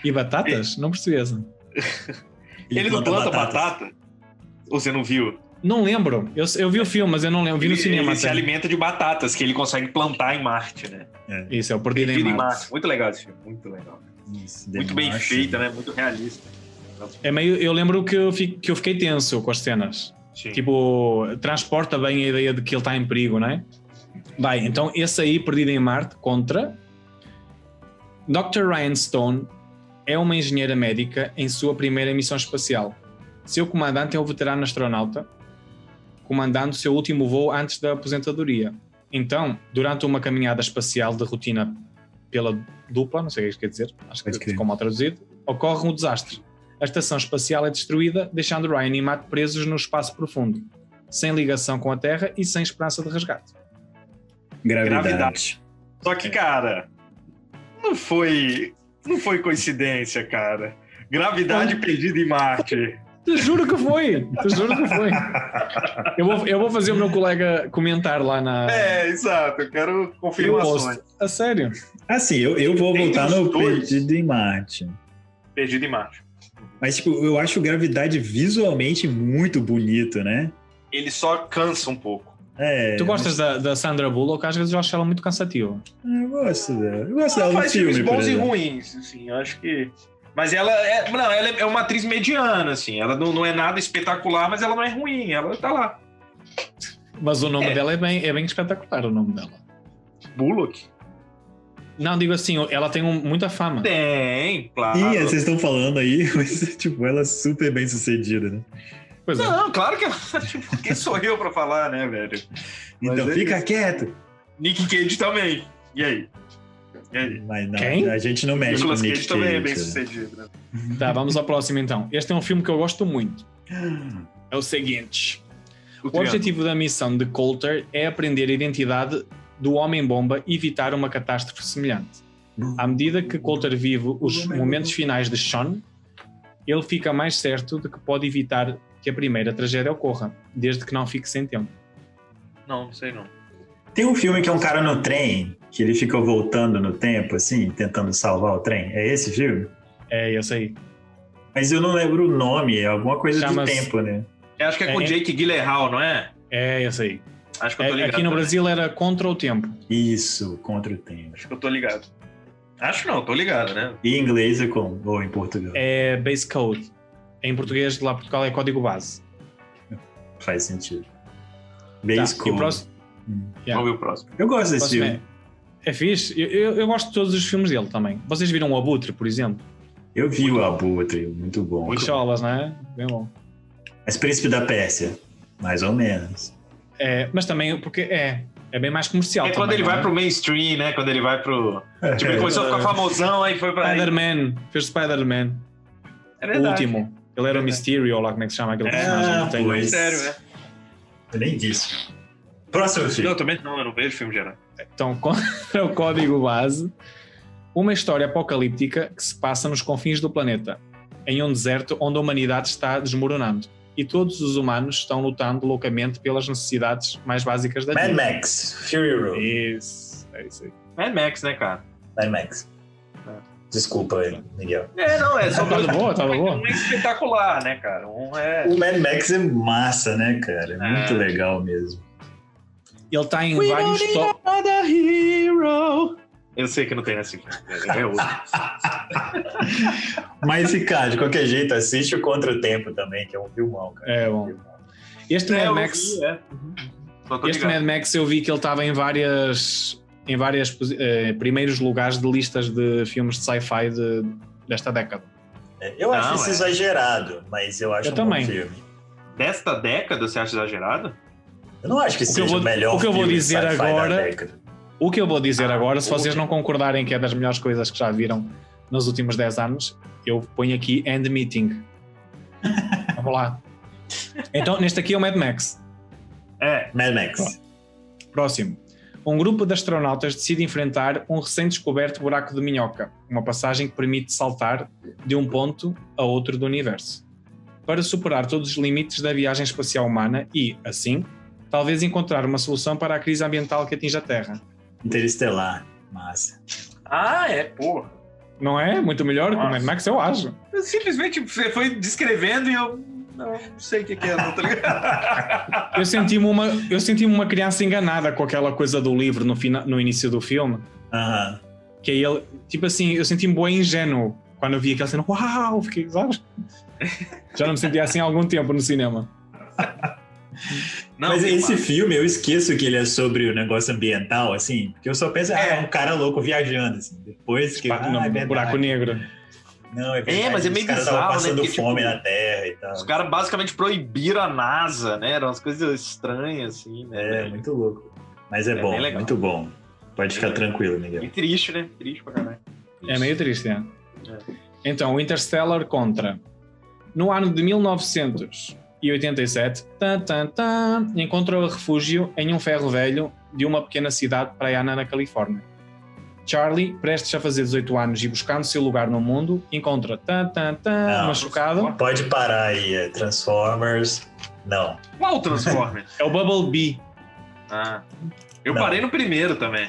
E batatas? Não percebi essa.
Ele, não planta batata? Ou você não viu?
Não lembro. Eu, eu vi o filme, mas eu não lembro. Vi no
Ele-
cinema.
Ele se
até.
alimenta de batatas que ele consegue plantar em Marte, né?
Isso, é o Perdido
Vida
em Marte.
Muito legal esse filme, muito legal.
Isso,
muito
The
bem
Martian.
feita, né? Muito realista.
É meio, eu lembro que eu, fi- que eu fiquei tenso com as cenas.
Sim.
Tipo, transporta bem a ideia de que ele está em perigo, não é? Bem, então esse aí, Perdido em Marte, contra. Dr. Ryan Stone é uma engenheira médica em sua primeira missão espacial. Seu comandante é um veterano astronauta, comandando seu último voo antes da aposentadoria. Então, durante uma caminhada espacial de rotina pela dupla, não sei o que isso quer dizer, acho que
Pode crer.
ficou mal traduzido, ocorre um desastre. A estação espacial é destruída, deixando Ryan e Matt presos no espaço profundo, sem ligação com a Terra e sem esperança de resgate.
Gravidade.
Gravidade. Só que, cara, não foi, não foi coincidência, cara. Gravidade
Então-
perdida em Marte.
Te juro que foi! Te juro que foi! Eu vou, eu vou fazer o meu colega comentar lá na.
É, exato. Eu quero
Eu
confirmações.
gosto. A sério.
Assim, eu, eu vou
Entre
voltar
os
no
dois.
Perdido em Marte.
Perdida em Marte.
Mas, tipo, eu acho gravidade visualmente muito bonito, né?
Ele só cansa um pouco.
É,
tu gostas da, da Sandra Bullock? Às vezes eu acho ela muito cansativa.
mas- é, Eu gosto dela. Eu gosto dela
Ela
no
faz filmes
um filme, por
bons e
exemplo.
ruins, assim, eu acho que. Mas ela é. Não, ela é uma atriz mediana, assim. Ela não, não é nada espetacular, mas ela não é ruim. Ela tá lá.
Mas o nome
É.
dela é bem, é bem espetacular, o nome dela.
Bullock?
Não, digo assim, ela tem um- muita fama.
Tem, claro.
Sim, é, vocês estão falando aí, mas, tipo, ela é super bem sucedida, né?
Pois é.
Não, claro que ela. Tipo, quem sou eu pra falar, né, velho? Mas
Então,
é
fica quieto.
Nick Cage também. E aí? E aí?
Mas não,
Quem?
a gente não mexe com o
Nicolas
Nick
Cage, também é bem
Cage, né?
sucedido, né?
Tá, vamos ao próximo então. Este é um filme que eu gosto muito. É o seguinte.
O é?
O
triângulo.
objetivo da missão de Coulter é aprender a identidade do Homem-Bomba e evitar uma catástrofe semelhante. À medida que Coulter vive os momentos finais de Sean, ele fica mais certo de que pode evitar que a primeira tragédia ocorra, desde que não fique sem tempo.
Não, não sei não.
Tem um filme que é um cara no trem, que ele fica voltando no tempo, assim, tentando salvar o trem. É esse filme?
É, eu sei.
Mas eu não lembro o nome, é alguma coisa do
Chama-se-
tempo, né?
Eu acho que é com
É.
o Jake Gyllenhaal, não é?
É, eu sei.
Acho que eu tô
É,
ligado.
aqui no
também.
Brasil era Contra o Tempo.
Isso, contra o tempo.
Acho que eu tô ligado. Acho não, tô ligado, né?
Em inglês é como? Ou em português?
É Base Code. Em português de lá Portugal é código base.
Faz sentido.
Tá,
Base
e o
Code.
próximo, Yeah.
Vamos ver o próximo.
Eu gosto desse
próximo
filme.
é, é fixe. Eu, eu- eu gosto de todos os filmes dele também. Vocês viram o Abutre, por exemplo?
Eu vi o Abutre, muito bom.
Muito Cholas, não é? Bem bom.
Mas Príncipe da Pérsia, mais ou menos.
É, mas também porque é, é bem mais comercial.
É quando
também,
ele
não
vai pro mainstream, né? Quando ele vai pro. Tipo, ele começou a ficar famosão, aí foi pra.
Spider-Man, fez Spider-Man,
É
o
verdade.
último. Ele era o
Verdade. Ah,
Mysterio, ou lá como é que se chama aquele
É,
personagem que tem.
pois.
Sério, né?
Eu nem disse. Próximo
Não,
filme.
eu também não, eu não vejo filme geral.
Então, contra o código base, uma história apocalíptica que se passa nos confins do planeta, em um deserto onde a humanidade está desmoronando e todos os humanos estão lutando loucamente pelas necessidades mais básicas da
Mad
vida.
Max, Fury Road.
Isso, é isso aí.
Mad Max, né, cara?
Mad Max. Desculpa, Miguel.
É, não, é só
Tava boa, tava boa.
Um é espetacular, né, cara? Um é.
O Mad Max é massa, né, cara? É muito
É.
legal mesmo.
tá Ele está em vários top.
another hero. Eu sei que não tem essa. É outro.
Mas, Ricardo, de qualquer jeito, assiste o Contra o Tempo também, que é um filmão, cara.
É bom. Este
É,
Mad
eu
Max.
vi, é. Uhum. Só tô
Este
ligado.
Mad Max eu vi que ele estava em várias em várias posi- eh, primeiros lugares de listas de filmes de sci-fi de- desta década.
É, Eu acho
Não,
isso
é.
exagerado, mas eu acho
Eu
um
também.
bom filme.
Desta década, você acha exagerado?
Eu não acho que
que eu
seja
vou-
o melhor
o que eu vou
filme de
dizer
sci-fi da
agora-
década.
O que eu vou dizer
Ah,
agora, se
ok.
vocês não concordarem que é das melhores coisas que já viram nos últimos 10 anos, eu ponho aqui End Meeting. Vamos lá. Então, neste aqui é o Mad Max.
É.
Mad Max.
Próximo. Um grupo de astronautas decide enfrentar um recém-descoberto buraco de minhoca, uma passagem que permite saltar de um ponto a outro do universo, para superar todos os limites da viagem espacial humana e, assim, talvez encontrar uma solução para a crise ambiental que atinge a Terra.
Interestelar. Massa.
Ah, é, porra.
Não é? Muito melhor que o Mad
Nossa.
Max, eu acho.
Eu simplesmente você foi descrevendo e eu não sei o que, que é, não tô ligado.
Eu senti-me uma, eu senti-me uma criança enganada com aquela coisa do livro no, fina, no início do filme,
Aham.
que aí ele, tipo assim, eu senti-me bem ingênuo quando eu vi aquela cena, uau, fiquei, sabes? Já não me sentia assim há algum tempo no cinema.
Não,
Mas
que
esse
massa.
filme, eu esqueço que ele é sobre o negócio ambiental, assim, porque eu só penso, ah, é um cara louco viajando, assim. Depois que.
Pá,
ah,
no
é verdade.
buraco negro.
Não, é verdade.
mas é meio
Os caras estavam
bizarro, né?
passando
Porque,
fome
tipo,
na Terra e tal.
Os caras basicamente proibiram a NASA, né? Eram umas coisas estranhas, assim, né?
É, muito louco. Mas é,
É
bom,
bem legal.
muito bom. Pode ficar tranquilo, Miguel.
E triste, né? Triste pra caralho.
É meio triste, é? Então, o Interstellar contra. No ano de 1987, tan, tan, tan, encontrou refúgio em um ferro velho de uma pequena cidade praiana na Califórnia. Charlie, prestes a fazer 18 anos e buscando seu lugar no mundo, encontra tan, tan, tan,
Não.
machucado.
Pode parar aí, é Transformers. Não.
Qual o Transformers?
É o Bubble Bee.
ah. Eu
Não.
parei no primeiro também.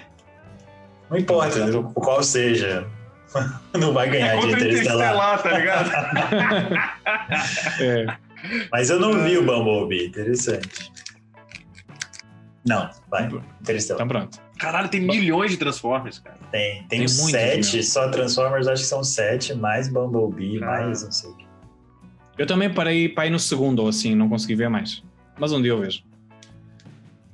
Não importa o qual seja. Não vai
É
ganhar de Interestelar.
tá ligado?
É.
Mas eu não vi o Bumblebee. Interessante. Não, vai. Interestelar.
Tá
Então pronto.
Caralho, tem milhões de Transformers, cara.
Tem,
Tem
tem, uns
muito,
sete,
né?
só Transformers acho que são sete, mais Bumblebee,
Ah.
mais não sei o que.
Eu também parei para ir no segundo ou assim, não consegui ver mais. Mas um dia eu vejo.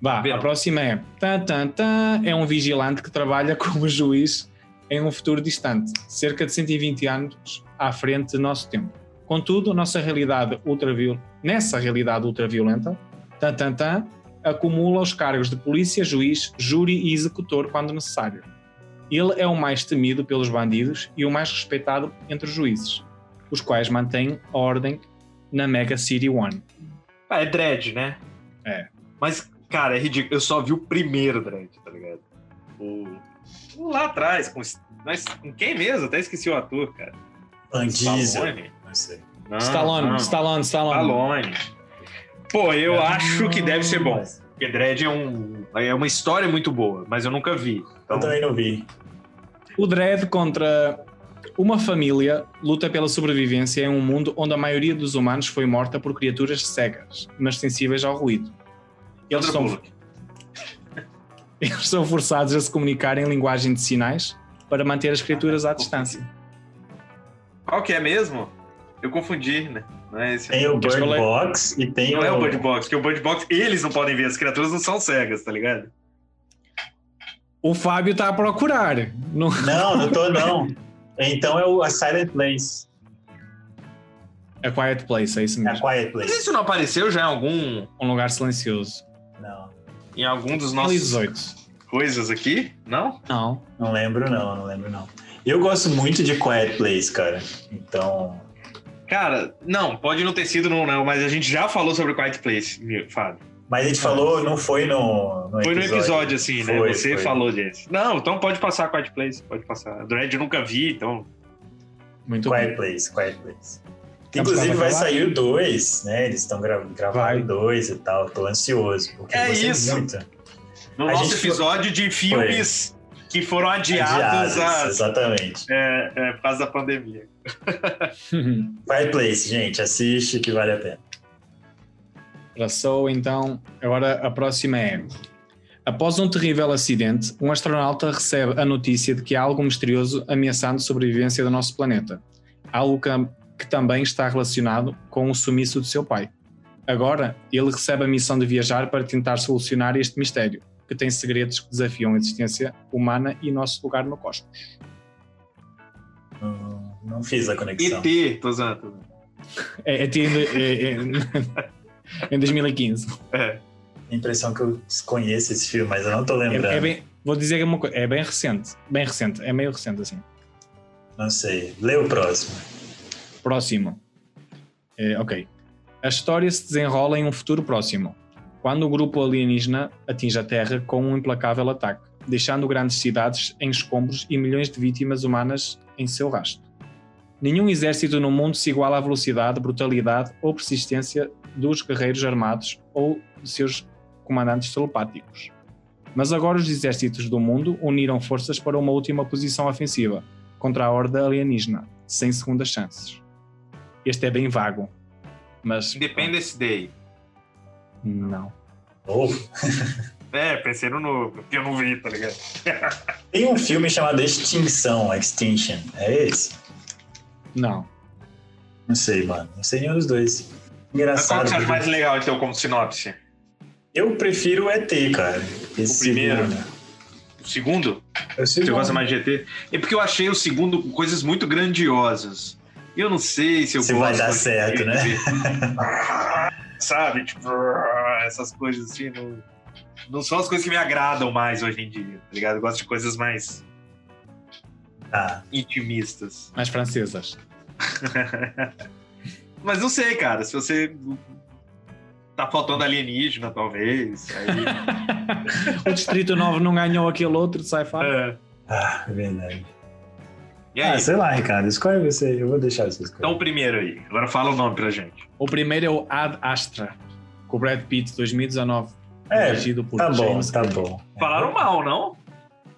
Vá,
Verão.
a próxima é. Tan, tan, tan, é um vigilante que trabalha como juiz em um futuro distante, cerca de 120 anos à frente do nosso tempo. Contudo, nossa realidade ultraviol... nessa realidade ultraviolenta, tan, tan, tan, acumula os cargos de polícia, juiz, júri e executor quando necessário. Ele é o mais temido pelos bandidos e o mais respeitado entre os juízes, os quais mantêm a ordem na Mega City One.
Ah, é Dread, né?
É.
Mas, cara, é ridículo. Eu só vi o primeiro Dread, tá ligado? O... o lá atrás, com... Mas com quem mesmo? Até esqueci o ator, cara.
Van Diesel,
Stallone?
não sei.
Não,
Stallone,
não.
Stallone, Stallone.
Ah, Stallone. Pô, eu acho que deve ser bom.
Mas
Porque Dread é, um... é uma história muito boa, mas eu nunca vi. Então,
Eu também não vi.
O Dredd contra uma família luta pela sobrevivência em um mundo onde a maioria dos humanos foi morta por criaturas cegas, mas sensíveis ao ruído. Eles
Sandra
são,
Bullock.
eles são forçados a se comunicar em linguagem de sinais para manter as criaturas à distância.
Qual que é mesmo? Eu confundi, né? Não é esse.
Tem o
Quer
Bird
escolher?
Box e tem
Não é o Bird
o...
Box, porque o Bird Box, eles não podem ver, as criaturas não são cegas, tá ligado?
O Fábio está a procurar. Não-
Não, não tô não. Então é o a Silent Place,
A Quiet Place, é isso
a
mesmo.
Quiet
Mas
Place.
isso não apareceu já em algum,
Um lugar silencioso.
Não,
em algum dos
Nossos...
nossos
18.
coisas aqui? Não?
Não.
não lembro não, não lembro não. Eu gosto muito de Quiet Place, cara. Então,
Cara, não, pode não ter sido, não, não, mas a gente já falou sobre Quiet Place, meu, Fábio.
mas a gente falou, não foi no, no
Ah. Foi no episódio, assim, né?
Foi,
Você
foi.
falou desse. Não, então pode passar Quiet Place, pode passar. Dread eu nunca vi, então.
Muito bem.
Quiet Place, Quiet Place.
Tá
Inclusive
precisando
vai
gravar?
sair o 2, né? Eles estão gra
Vai.
gravando o 2 e tal. Tô ansioso. Porque
É
eu gostei
isso.
Muito.
No
A
nosso
gente foi-
episódio de filmes que foram adiados,
Adiados,
a-
Exatamente.
é, é, por causa da pandemia.
Quiet Place, gente. Assiste que vale a pena.
Passou então. Agora a próxima é. Após um terrível acidente, um astronauta recebe a notícia de que há algo misterioso ameaçando a sobrevivência do nosso planeta. Algo que, que também está relacionado com o sumiço de seu pai. Agora, ele recebe a missão de viajar para tentar solucionar este mistério, que tem segredos que desafiam a existência humana e nosso lugar no cosmos.
Não, não fiz a conexão.
ET, tô usando. tô usando.
É, é, tido- é, é- em 2015.
É.
A impressão que eu conheço esse filme, mas eu não tô
É,
lembrando.
é bem, vou dizer uma coisa, é bem recente. Bem recente, é meio recente assim.
Não sei. Lê o próximo.
Próximo. É, ok. A história se desenrola em um futuro próximo, quando o grupo alienígena atinge a Terra com um implacável ataque, deixando grandes cidades em escombros e milhões de vítimas humanas em seu rastro. Nenhum exército no mundo se iguala à velocidade, brutalidade ou persistência dos guerreiros armados ou de seus comandantes telepáticos. Mas agora os exércitos do mundo uniram forças para uma última posição ofensiva contra a horda alienígena, sem segundas chances. Este é bem vago, mas
Independence Day.
não.
Oh,
É, pensei no novo, porque eu não vi, tá ligado?
tem um filme chamado Extinção, Extinction. É esse?
Não.
Não sei, mano. Não sei nenhum dos dois.
Mas qual
Engraçado.
que você acha
porque
mais legal, então, como sinopse?
Eu prefiro o ET, cara. Esse
O primeiro?
segundo.
O segundo?
Eu sei
Você
não.
gosta mais de GT? É porque eu achei o segundo coisas muito grandiosas. E Eu não sei se eu
Se
gosto.
vai dar
de-
certo, né?
Sabe? Tipo, essas coisas assim. Não, não são as coisas que me agradam mais hoje em dia, tá ligado? Eu gosto de coisas mais
Ah,
intimistas.
Mais francesas.
Mas não sei, cara. Se você. Tá faltando alienígena, talvez. Aí...
o Distrito 9 não ganhou aquele outro de sci-fi?
É.
ah, é verdade.
E aí?
Ah, sei lá, Ricardo. Escolhe você. Eu vou deixar você escolher.
Então, o primeiro aí. Agora fala o nome pra gente.
O primeiro é o Ad Astra, com o Brad Pitt, 2019.
É,
dirigido por
tá bom,
James
tá bom.
Falaram mal, não?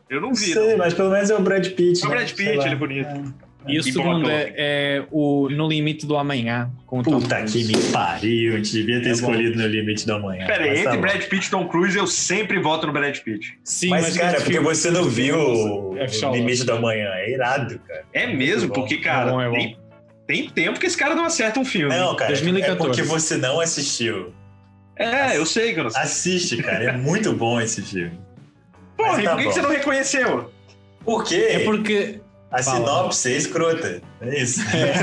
Eu não
Não
vi.
sei, mas pelo menos é o Brad Pitt.
É o
né?
Brad
Sei
Pitt,
lá.
ele é bonito.
E o
Que bom
segundo
ator.
é, é o No Limite do Amanhã, com o Tom
Puta que
Cruise.
me pariu. Eu te devia ter
então, Tá bom.
escolhido no limite da manhã.
Pera aí,
Mas tá
entre
bom.
Brad Pitt e Tom Cruise, eu sempre voto no Brad Pitt.
Sim,
mas, cara, é
esse
porque
filme-
você não viu o
É só-
limite da manhã. É irado, cara.
É
Muito
mesmo,
bom.
porque, cara,
É bom, é bom.
Tem, tem tempo que esse cara não acerta um filme.
Não, cara.
2014.
É porque você não assistiu. tá
É, eu sei que eu não
Ah,
sei.
Assiste, cara. É muito bom esse filme.
Porra,
mas
e
tá
por que, que
bom.
você não reconheceu?
Por quê?
É porque.
A
Fala.
sinopse é escrota. É isso.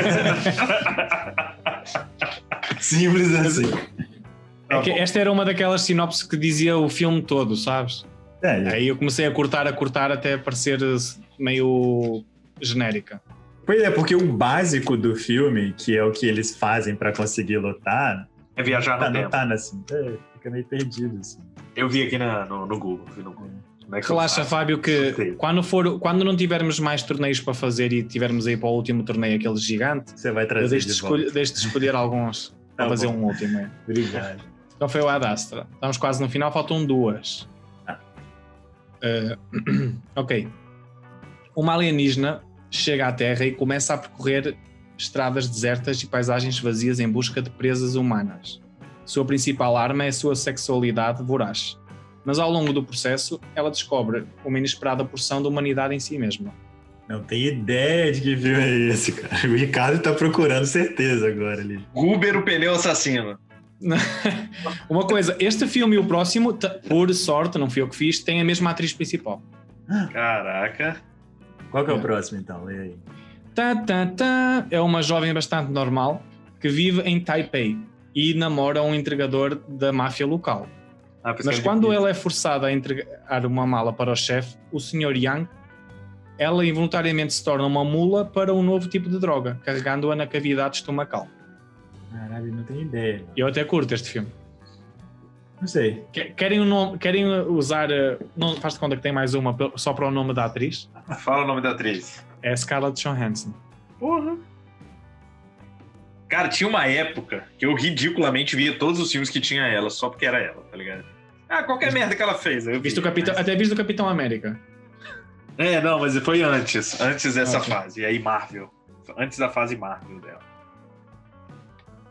Simples assim. Tá
é que esta era uma daquelas sinopses que dizia o filme todo, sabes?
É,
Aí eu comecei a cortar, a cortar até parecer eh, meio genérica.
Pois é, porque o básico do filme, que é o que eles fazem pra conseguir lotar,
É viajar no
tá, não
tempo.
tá na cinta. É, fica meio perdido, assim.
Eu vi aqui na- no, no Google. Vi no Google. Como é que eu
Relaxa,
faço?
Fábio, que
Sim.
quando, for, quando não tivermos mais torneios para fazer e tivermos aí para o último torneio aquele gigante,
Você vai
eu
trazer
deixo de,
de volta.
escolher, deixo de escolher alguns para
Tá
fazer
bom.
um último. é.
Obrigado.
Então foi o Adastra. Estamos quase no final, faltam duas.
Ah.
Eh, ok. Uma alienígena chega à Terra e começa a percorrer estradas desertas e paisagens vazias em busca de presas humanas. Sua principal arma é a sua sexualidade voraz. Mas ao longo do processo, ela descobre uma inesperada porção da humanidade em si mesma.
Não tem ideia de que filme é esse, cara. O Ricardo tá procurando certeza agora ali.
Guber, o pneu assassino.
Uma coisa, este filme e o próximo, t- por sorte, não fui eu que fiz, têm a mesma atriz principal.
Caraca.
Qual que é o
É.
próximo, então? Lê aí.
Tá, tá, tá. É uma jovem bastante normal que vive em Taipei e namora um entregador da máfia local.
Ah, por isso
Mas
que eu
quando
entendi.
ela é forçada a entregar uma mala para o chefe, o Sr. Yang, ela involuntariamente se torna uma mula para um novo tipo de droga, carregando-a na cavidade estomacal.
Caralho, não tenho ideia. mano.
Eu até curto este filme.
Não sei.
Que- Querem, o nome- querem usar. eh, Não faz de conta que tem mais uma pe- só para o nome da atriz?
Fala o nome da atriz.
É Scarlett Johansson.
Porra. Cara, tinha uma época que eu ridiculamente via todos os filmes que tinha ela, só porque era ela, tá ligado? Ah, qualquer merda que ela fez. Eu vi,
Visto o Capitão, até visto o Capitão América.
É, não, mas foi antes. Antes dessa
Ah, tá.
fase. E aí, Marvel. Antes da fase Marvel dela.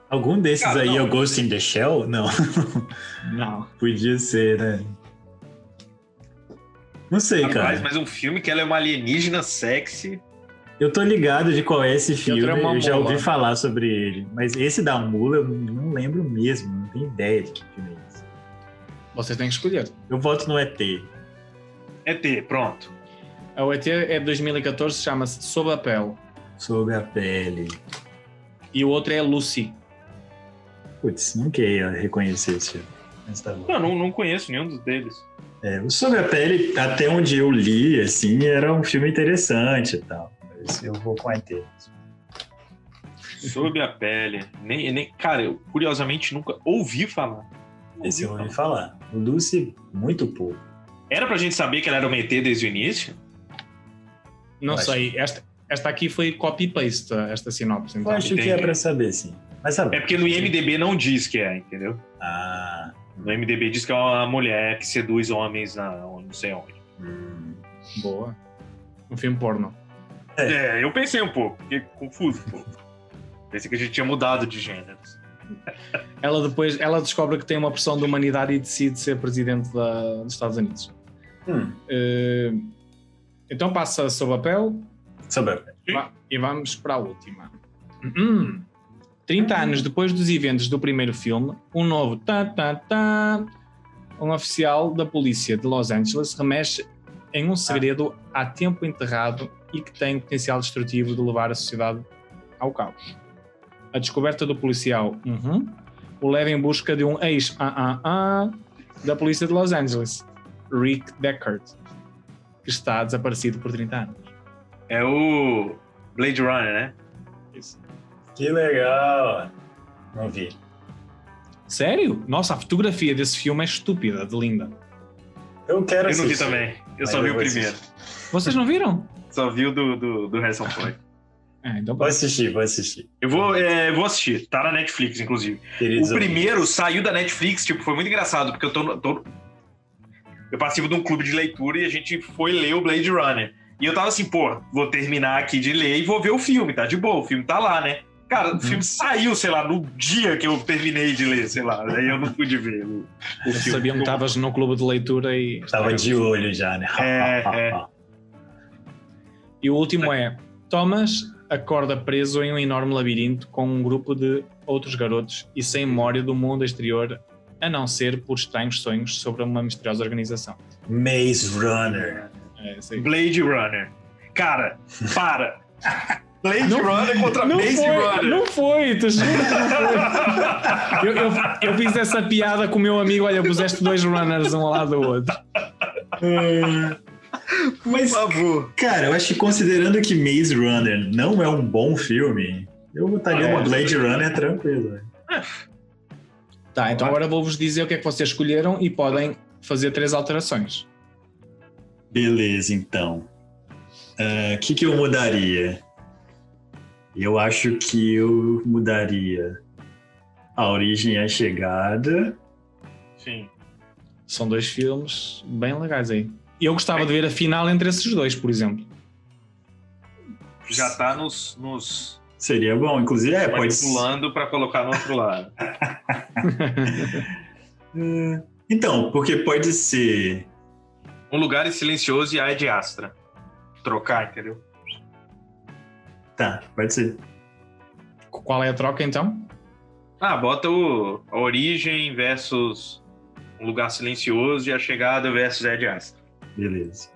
Algum desses
Cara,
aí
não.
é o Ghost in the Shell? Não.
Não.
Podia ser, né? Não sei,
Rapaz,
cara.
mas um filme que ela é uma alienígena sexy.
Eu tô ligado de qual é esse filme,
outra é uma
eu já
mula.
ouvi falar sobre ele. Mas esse da Mula eu não lembro mesmo, não tenho ideia de que filme é esse.
Vocês têm que escolher.
Eu voto no ET.
ET, é pronto.
A OET é de 2014, chama-se Sob a Pele.
Sobre a pele.
E o outro é Lucy.
Putz, não queria reconhecer esse filme. Mas tá bom.
Não, não, não conheço nenhum dos deles.
É, o Sobre a Pele, até onde eu li, assim, era um filme interessante e tal. Mas eu vou com ET.
Sob a pele. Nem, nem, cara, eu curiosamente nunca ouvi falar. Não
Esse eu
ouvi
ouvi
falar.
falar. O Lucy, muito pouco.
Era pra gente saber que ela era uma ET desde o início?
Não
Acho.
sei, esta, esta aqui foi copy-paste, esta sinopse.
Eu
Então.
acho que é pra saber, sim. Mas sabe.
É porque no IMDB não diz que é, entendeu?
Ah.
No IMDB diz que é uma mulher que seduz homens na não sei onde.
hum.
Boa. Um filme porno.
É, eu pensei um pouco, fiquei confuso. um pouco. Pensei que a gente tinha mudado de gêneros.
Ela depois ela descobre que tem uma pressão de humanidade e decide ser presidente da- dos Estados Unidos.
Hum.
Eh, então passa sob a pele
Sobre a pele.
Va- E vamos para a última. Uhum. 30 anos depois dos eventos do primeiro filme, um novo tá, tá, tá, um oficial da polícia de Los Angeles remexe em um segredo há tempo enterrado e que tem potencial destrutivo de levar a sociedade ao caos. A descoberta do policial uhum, o leva em busca de um ex ah, ah, ah, da polícia de Los Angeles, Rick Deckard, que está desaparecido por 30 anos.
É o Blade Runner, né?
Que legal! Não vi.
Sério? Nossa, a fotografia desse filme é estúpida, de linda.
Eu quero
Eu não vi
assistir.
também. Eu
Mas
só vi o
vou
primeiro.
assistir.
Vocês não viram?
Só vi o do, do, do Harrison Ford.
É, então
Vou assistir, vou assistir.
Eu vou, é, eu vou assistir. Tá na Netflix, inclusive.
Queridos
O primeiro saiu da Netflix, tipo, foi muito engraçado, porque eu tô, no- tô- Eu participo de um clube de leitura e a gente foi ler o Blade Runner. E eu tava assim, pô, vou terminar aqui de ler e vou ver o filme, tá de boa, o filme tá lá, né? Cara,
Uhum.
o filme saiu, sei lá, no dia que eu terminei de ler, sei lá. Aí eu não pude ver o, o filme. é
eu
Tá
sabia que estavas no clube de leitura e.
Tava de olho já, né?
É,
E o último é: Thomas acorda preso em um enorme labirinto com um grupo de outros garotos e sem memória do mundo exterior, a não ser por estranhos sonhos sobre uma misteriosa organização.
Maze Runner.
É, isso aí.
Blade Runner. Cara, para. Blade
Não-
Runner contra
Não
Maze
foi,
Runner.
não foi, tu juro que não foi. Eu, eu, eu fiz essa piada com o meu amigo, olha, puseste dois runners um ao lado do outro.
Por favor.
Cara, eu acho que considerando que Maze Runner não é um bom filme, eu votaria
É,
no Blade
sim.
Runner tranquilo. né?
Tá, então agora vou-vos dizer o que é que vocês escolheram e podem fazer três alterações.
Beleza, então. Ah, O que, que eu mudaria? Eu acho que eu mudaria A Origem é a Chegada.
Sim.
São dois filmes bem legais aí. E eu gostava de ver a final entre esses dois, por exemplo.
Já tá nos, nos
Seria bom, inclusive, é, pode
manipulando pra colocar no outro lado.
Hum, Então, porque pode ser.
Um lugar silencioso e a de Astra. Trocar, entendeu?
Tá, pode ser.
Qual é a troca então?
Ah, bota o a origem versus um lugar silencioso e a chegada versus a de Astra.
Beleza.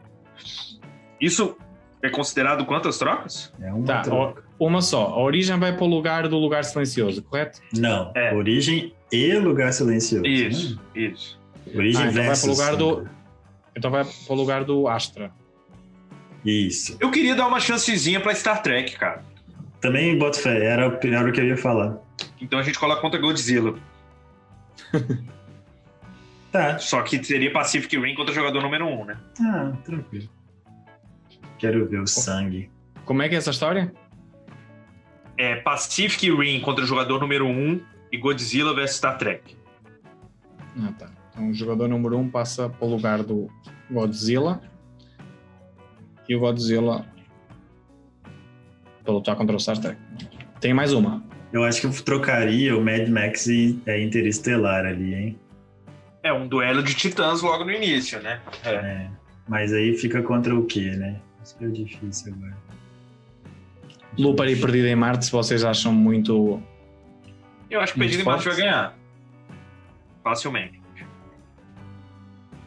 Isso é considerado quantas trocas?
É uma
Tá,
troca.
Uma só. A origem vai para o lugar do lugar silencioso, correto?
Não,
É.
Origem e Lugar Silencioso.
Isso, isso.
né? Origem
Ah, então vai
versus.
pro lugar do- Então vai para o lugar do Astra.
Isso.
Eu queria dar uma chancezinha pra Star Trek, cara.
Também boto fé, era, o- era o que eu ia falar.
Então a gente coloca contra Godzilla.
Tá,
Só que seria Pacific Rim contra jogador número 1, um, né?
tá, tranquilo. Quero ver o sangue.
Como é que é essa história?
É Pacific Rim contra jogador número 1 um, e Godzilla versus Star Trek.
Ah, tá. Então o jogador número um passa para o lugar do Godzilla. E o Godzilla. para lutar contra o Star Trek. Tem mais uma.
Eu acho que eu trocaria o Mad Max e é Interestelar ali, hein?
É um duelo de titãs logo no início, né?
É. Mas aí fica contra o quê, né? Isso que é o difícil agora.
Lúpar e Perdida em Marte, se vocês acham muito.
Eu acho que o
Muito
Perdido em Marte vai
forte.
ganhar. Facilmente.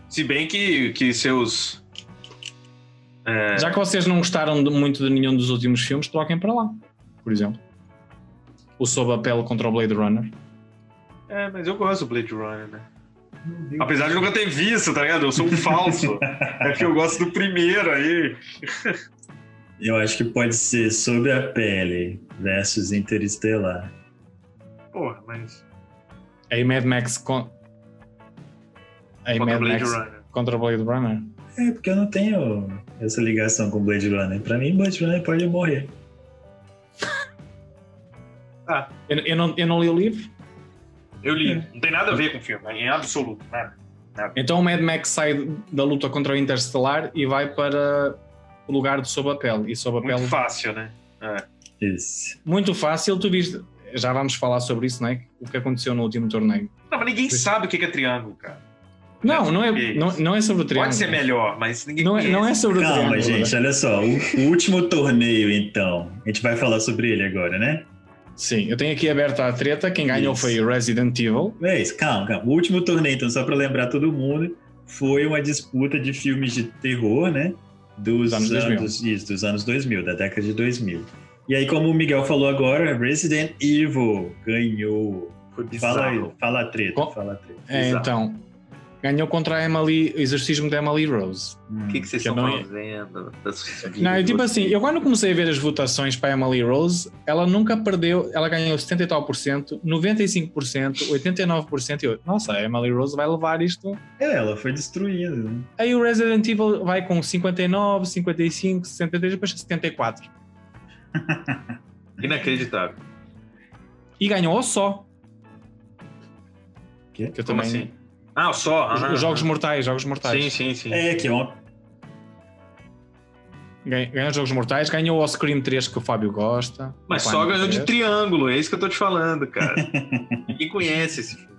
Se bem que, que seus. É,
Já que vocês não gostaram de- muito de nenhum dos últimos filmes, troquem para lá, por exemplo. O Sob a Pele contra o Blade Runner.
é, mas eu gosto do Blade Runner, né? Apesar de eu nunca ter visto, tá ligado? Eu sou um falso. é que eu gosto do primeiro aí.
Eu acho que pode ser Sobre a Pele versus Interestelar.
Porra, mas.
Aí Mad Max. Con... Aí
Contra
Mad
o Blade
Max
Runner.
contra o Blade Runner.
É, porque eu não tenho essa ligação com Blade Runner. Pra mim, Blade Runner pode morrer.
Eu, eu não, eu não li o livro.
Eu li. Não tem nada a ver com o filme, é em absoluto, né? nada.
Então o Mad Max sai da luta contra o Interstellar e vai para o lugar do Sob a Pele. E Sob a
Muito
Pele
fácil, né?
Isso.
Muito fácil, tu viste. Já vamos falar sobre isso, não é? O que aconteceu no último torneio.
Não, mas ninguém sabe o que que é triângulo, cara.
Não, não
que
é,
isso.
não, não é sobre o triângulo.
Pode ser melhor, mas ninguém
Não é, não é sobre o
Calma,
triângulo.
gente, olha só. O, o último torneio, então. A gente vai falar sobre ele agora, né?
Sim, eu tenho aqui aberta a treta. Quem ganhou
Isso.
foi o Resident Evil.
É isso, calma, calma. O último torneio, então, só pra lembrar todo mundo, foi uma disputa de filmes de terror, né? Dos
Dos
anos,
anos 2000.
isso, dos anos 2000, da década de 2000. E aí, como o Miguel falou agagora, Resident Evil ganhou.
Foi
Fala aí,
bizarro.
fala a treta,
Com-
fala a treta.
É,
Exato.
então, ganhou contra a Emily, o exorcismo da Emily Rose.
Hum.
O que, que vocês
Que
estão
eu não ia-
fazendo?
Não, é tipo assim, eu quando comecei a ver as votações para a Emily Rose, ela nunca perdeu, ela ganhou 70 e tal por cento, 95%, 89% e eu, nossa, a Emily Rose vai levar isto.
É, ela foi destruída. né?
Aí o Resident Evil vai com 59, 55, 63, depois 74.
Inacreditável.
E ganhou o só.
Quê?
Que eu
Como
também.
assim? Ah, só?
Os-
Ah,
Os Jogos Mortais, Jogos Mortais.
Sim, sim, sim.
É, que é uma.
Ganhou, ganhou os Jogos Mortais, ganhou o Scream 3 que o Fábio gosta.
Mas
O
só
Pânico
ganhou de
3,
triângulo, é isso que eu tô te falando, cara. Ninguém conhece esse filme.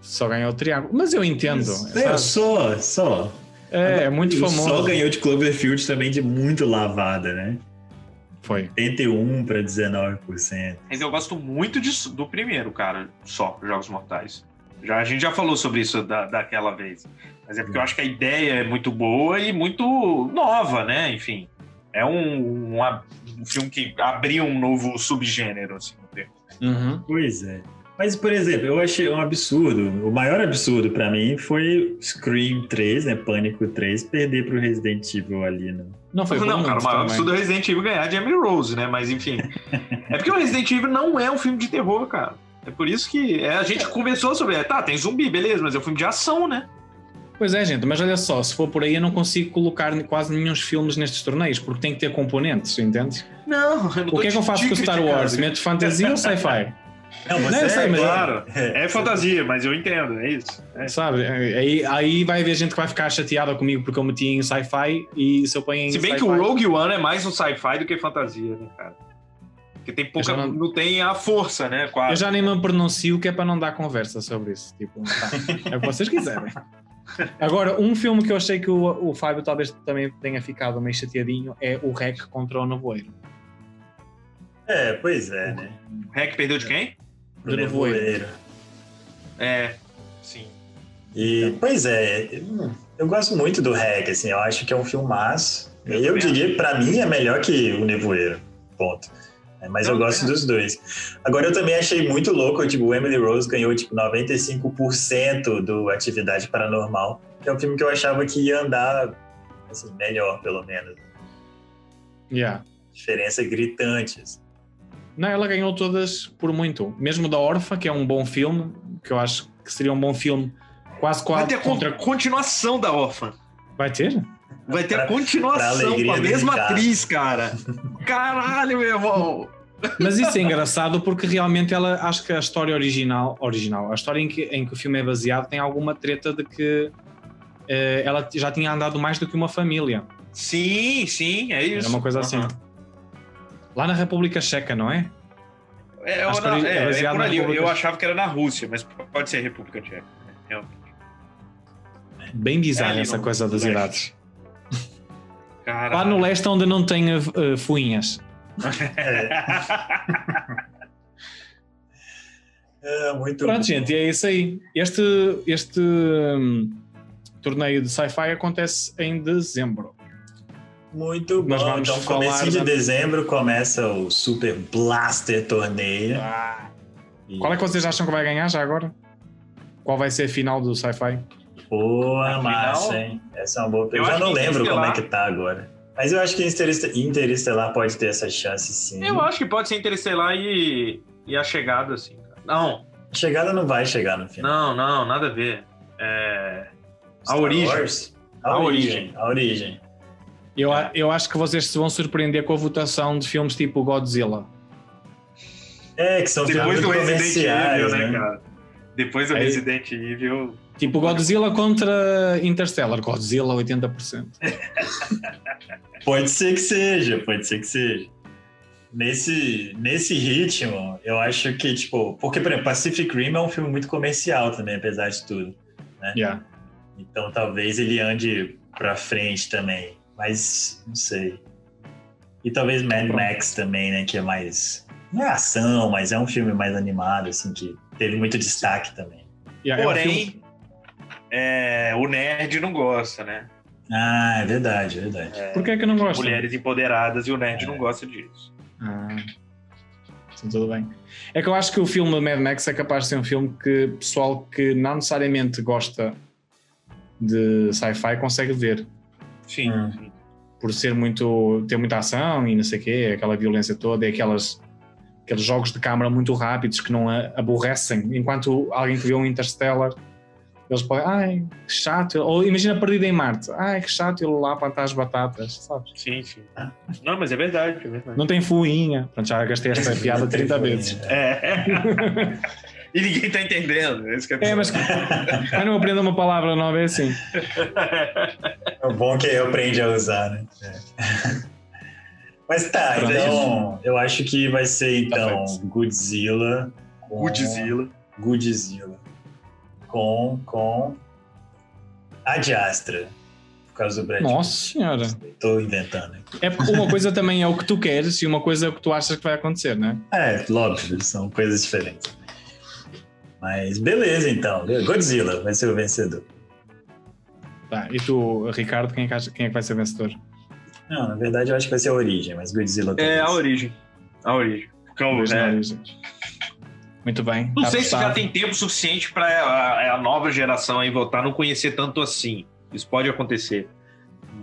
Só ganhou o Triângulo. Mas eu entendo.
É,
sabe?
só, só.
É, é muito
O
famoso.
Sol ganhou de Cloverfield também de muito lavada, né?
Foi.
81 para 19%.
Mas eu gosto muito disso- do primeiro, cara, só, Jogos Mortais. Já, a gente já falou sobre isso da, daquela vez. Mas é porque eu acho que a ideia é muito boa e muito nova, né? Enfim, é um, um ab- um filme que abriu um novo subgênero, assim, no termo.
Uhum.
Pois é. Mas, por exemplo, eu achei um absurdo. O maior absurdo pra mim foi Scream 3, né? Pânico 3, perder pro Resident Evil ali. Né?
Não foi
não,
bom,
cara, o maior
também.
absurdo é o Resident Evil ganhar de Emily Rose, né? Mas enfim. é porque o Resident Evil não é um filme de terror, cara. É por isso que é, a gente conversou sobre. é, tá, tem zumbi, beleza, mas é um filme de ação, né?
Pois é, gente, mas olha só, se for por aí eu não consigo colocar quase nenhum filmes nestes torneios, porque tem que ter componentes, entende?
Não, eu não
O que é que eu faço com Star Wars?
É,
Meto fantasia ou sci-fi?
Não,
Não, eu sei, mas-
claro. É fantasia, mas eu entendo, é isso. É.
Sabe? Aí, aí vai haver gente que vai ficar chateada comigo porque eu meti em sci-fi e se eu ponho em
Se bem
sci-fi-
que o Rogue One é mais um sci-fi do que fantasia, né, cara? Porque tem pouca.
Eu já
Não...
não-
tem a força, né?
Eu
Quase.
já nem me pronuncio que é para não dar conversa sobre isso. Tipo, tá, é o que vocês quiserem. Agora, um filme que eu achei que o, o Fábio talvez também tenha ficado meio chateadinho é o Rec contra o Nevoeiro.
É, pois é, né?
O Hack perdeu de quem?
Pro
Do nevoeiro.
nevoeiro.
É. Sim.
Então.
E, pois é, hum, eu gosto muito do Reg, assim, eu acho que é um filmaço.
Eu
Eu, eu
também
diria, pra mim, é melhor que o Nevoeiro, ponto. É, Mas
Eu
eu gosto
também
dos dois. Agora, eu também achei muito louco, tipo, o Emily Rose ganhou, tipo, 95% do Atividade Paranormal, que é um filme que eu achava que ia andar, assim, melhor, pelo menos.
Yeah.
Diferença gritante, assim.
Não, ela ganhou todas por muito. Mesmo da Orfa, que é um bom filme, que eu acho que seria um bom filme quase
Vai
quase
ter a con-
contra.
continuação da Orphan.
Vai ter?
Vai ter
Pra-
a continuação
alegria
com a
do
mesma
Ricardo.
atriz, cara. Caralho, meu irmão.
Mas isso é engraçado porque realmente ela acho que a história original, original, a história em que, em que o filme é baseado tem alguma treta de que eh, ela já tinha andado mais do que uma família.
Sim, sim, é isso.
Era uma coisa assim.
Aham.
Lá na República Checa, não é?
É, eu,
Acho que
na-
ele-
é,
é
é
baseado
por
na
ali. Eu,
República
eu
Tcheca.
achava que era na Rússia, mas pode ser República Tcheca.
Bem bizarra
É,
essa
não-
coisa das
não é.
idades.
Caralho.
Lá no leste onde não tem uh, fuinhas.
É, muito
Pronto,
bom.
gente, é isso aí. Este, este hum, torneio de sci-fi acontece em dezembro.
Muito bom.
Nós vamos
então,
falar
comecinho de
da-
dezembro começa o Super Blaster Torneio. E,
Qual é que vocês acham que vai ganhar já agora? Qual vai ser a final do sci-fi?
Boa,
Afinal,
massa, hein? Essa é uma boa
eu
pergunta. Eu já
acho
não
que
lembro como é
Interestelar-
que tá agora. Mas eu acho que Interestelar, Interestelar pode ter essa chance, sim.
Eu acho que pode ser Interestelar e, e a chegada, assim. cara. Não,
Chegada não vai chegar no final.
não, não, nada a ver. É,
Star
origem.
Wars? A,
A
origem. A origem.
Eu, a- eu acho que vocês se vão surpreender com a votação de filmes tipo Godzilla.
É, que são filmes
depois do Resident
comerciais,
Evil, né,
né?
cara? Depois do
Aí-
Resident Evil.
Tipo Godzilla contra Interstellar. Godzilla 80%.
Pode ser que seja, pode ser que seja. Nesse, nesse ritmo, eu acho que, tipo... Porque, por exemplo, Pacific Rim é um filme muito comercial também, apesar de tudo. né?
Yeah.
Então, talvez ele ande pra frente também. Mas, não sei. E talvez Mad
Tá Pronto.
Max também, né? Que é mais... Não é ação, mas é um filme mais animado, assim, que teve muito destaque também.
Yeah, é um filme-
Porém, é, o nerd não gosta, né?
Ah, é verdade, é verdade.
Por que é que não gostam?
Mulheres empoderadas e o nerd não gosta disso.
Ah, sim, tudo bem. É que eu acho que o filme Mad Max é capaz de ser um filme que o pessoal que não necessariamente gosta de sci-fi consegue ver,
Sim.
Hum.
por ser muito. ter muita ação e não sei o quê, aquela violência toda, e aquelas, aqueles jogos de câmara muito rápidos que não a- aborrecem. Enquanto alguém que vê um Interstellar, eles podem. Ai, que chato. Ou imagina perdido em Marte. Ai, que chato ele lá plantar as batatas, sabes?
Sim, sim. Não, mas é verdade, é verdade.
Não tem fuinha. Pronto, já gastei esta piada 30 vezes.
É. e ninguém tá entendendo. Esse que
É, mas, mas não aprenda uma palavra nova, é assim.
É bom que eu aprendi a usar, né? Mas tá,
Pronto.
então eu acho que vai ser
é Tá
então Godzilla. com-
Godzilla.
Godzilla. Com, com a Diastra. Por causa do Brad Pitt.
Nossa senhora.
Tô inventando aqui.
É porque uma coisa também é o que tu queres e uma coisa é o que tu achas que vai acontecer, né?
É, óbvio, são coisas diferentes. Mas beleza então. Godzilla vai ser o vencedor.
Tá, e tu, Ricardo, quem é que, acha- quem é que vai ser vencedor?
Não, na verdade eu acho que vai ser a origem, mas Godzilla
É a
talvez.
origem. A origem. Porque, é,
Original Origin. Muito bem.
Não
tá
sei se
apostado.
já tem tempo suficiente para a, a nova geração aí voltar a não conhecer tanto assim. Isso pode acontecer.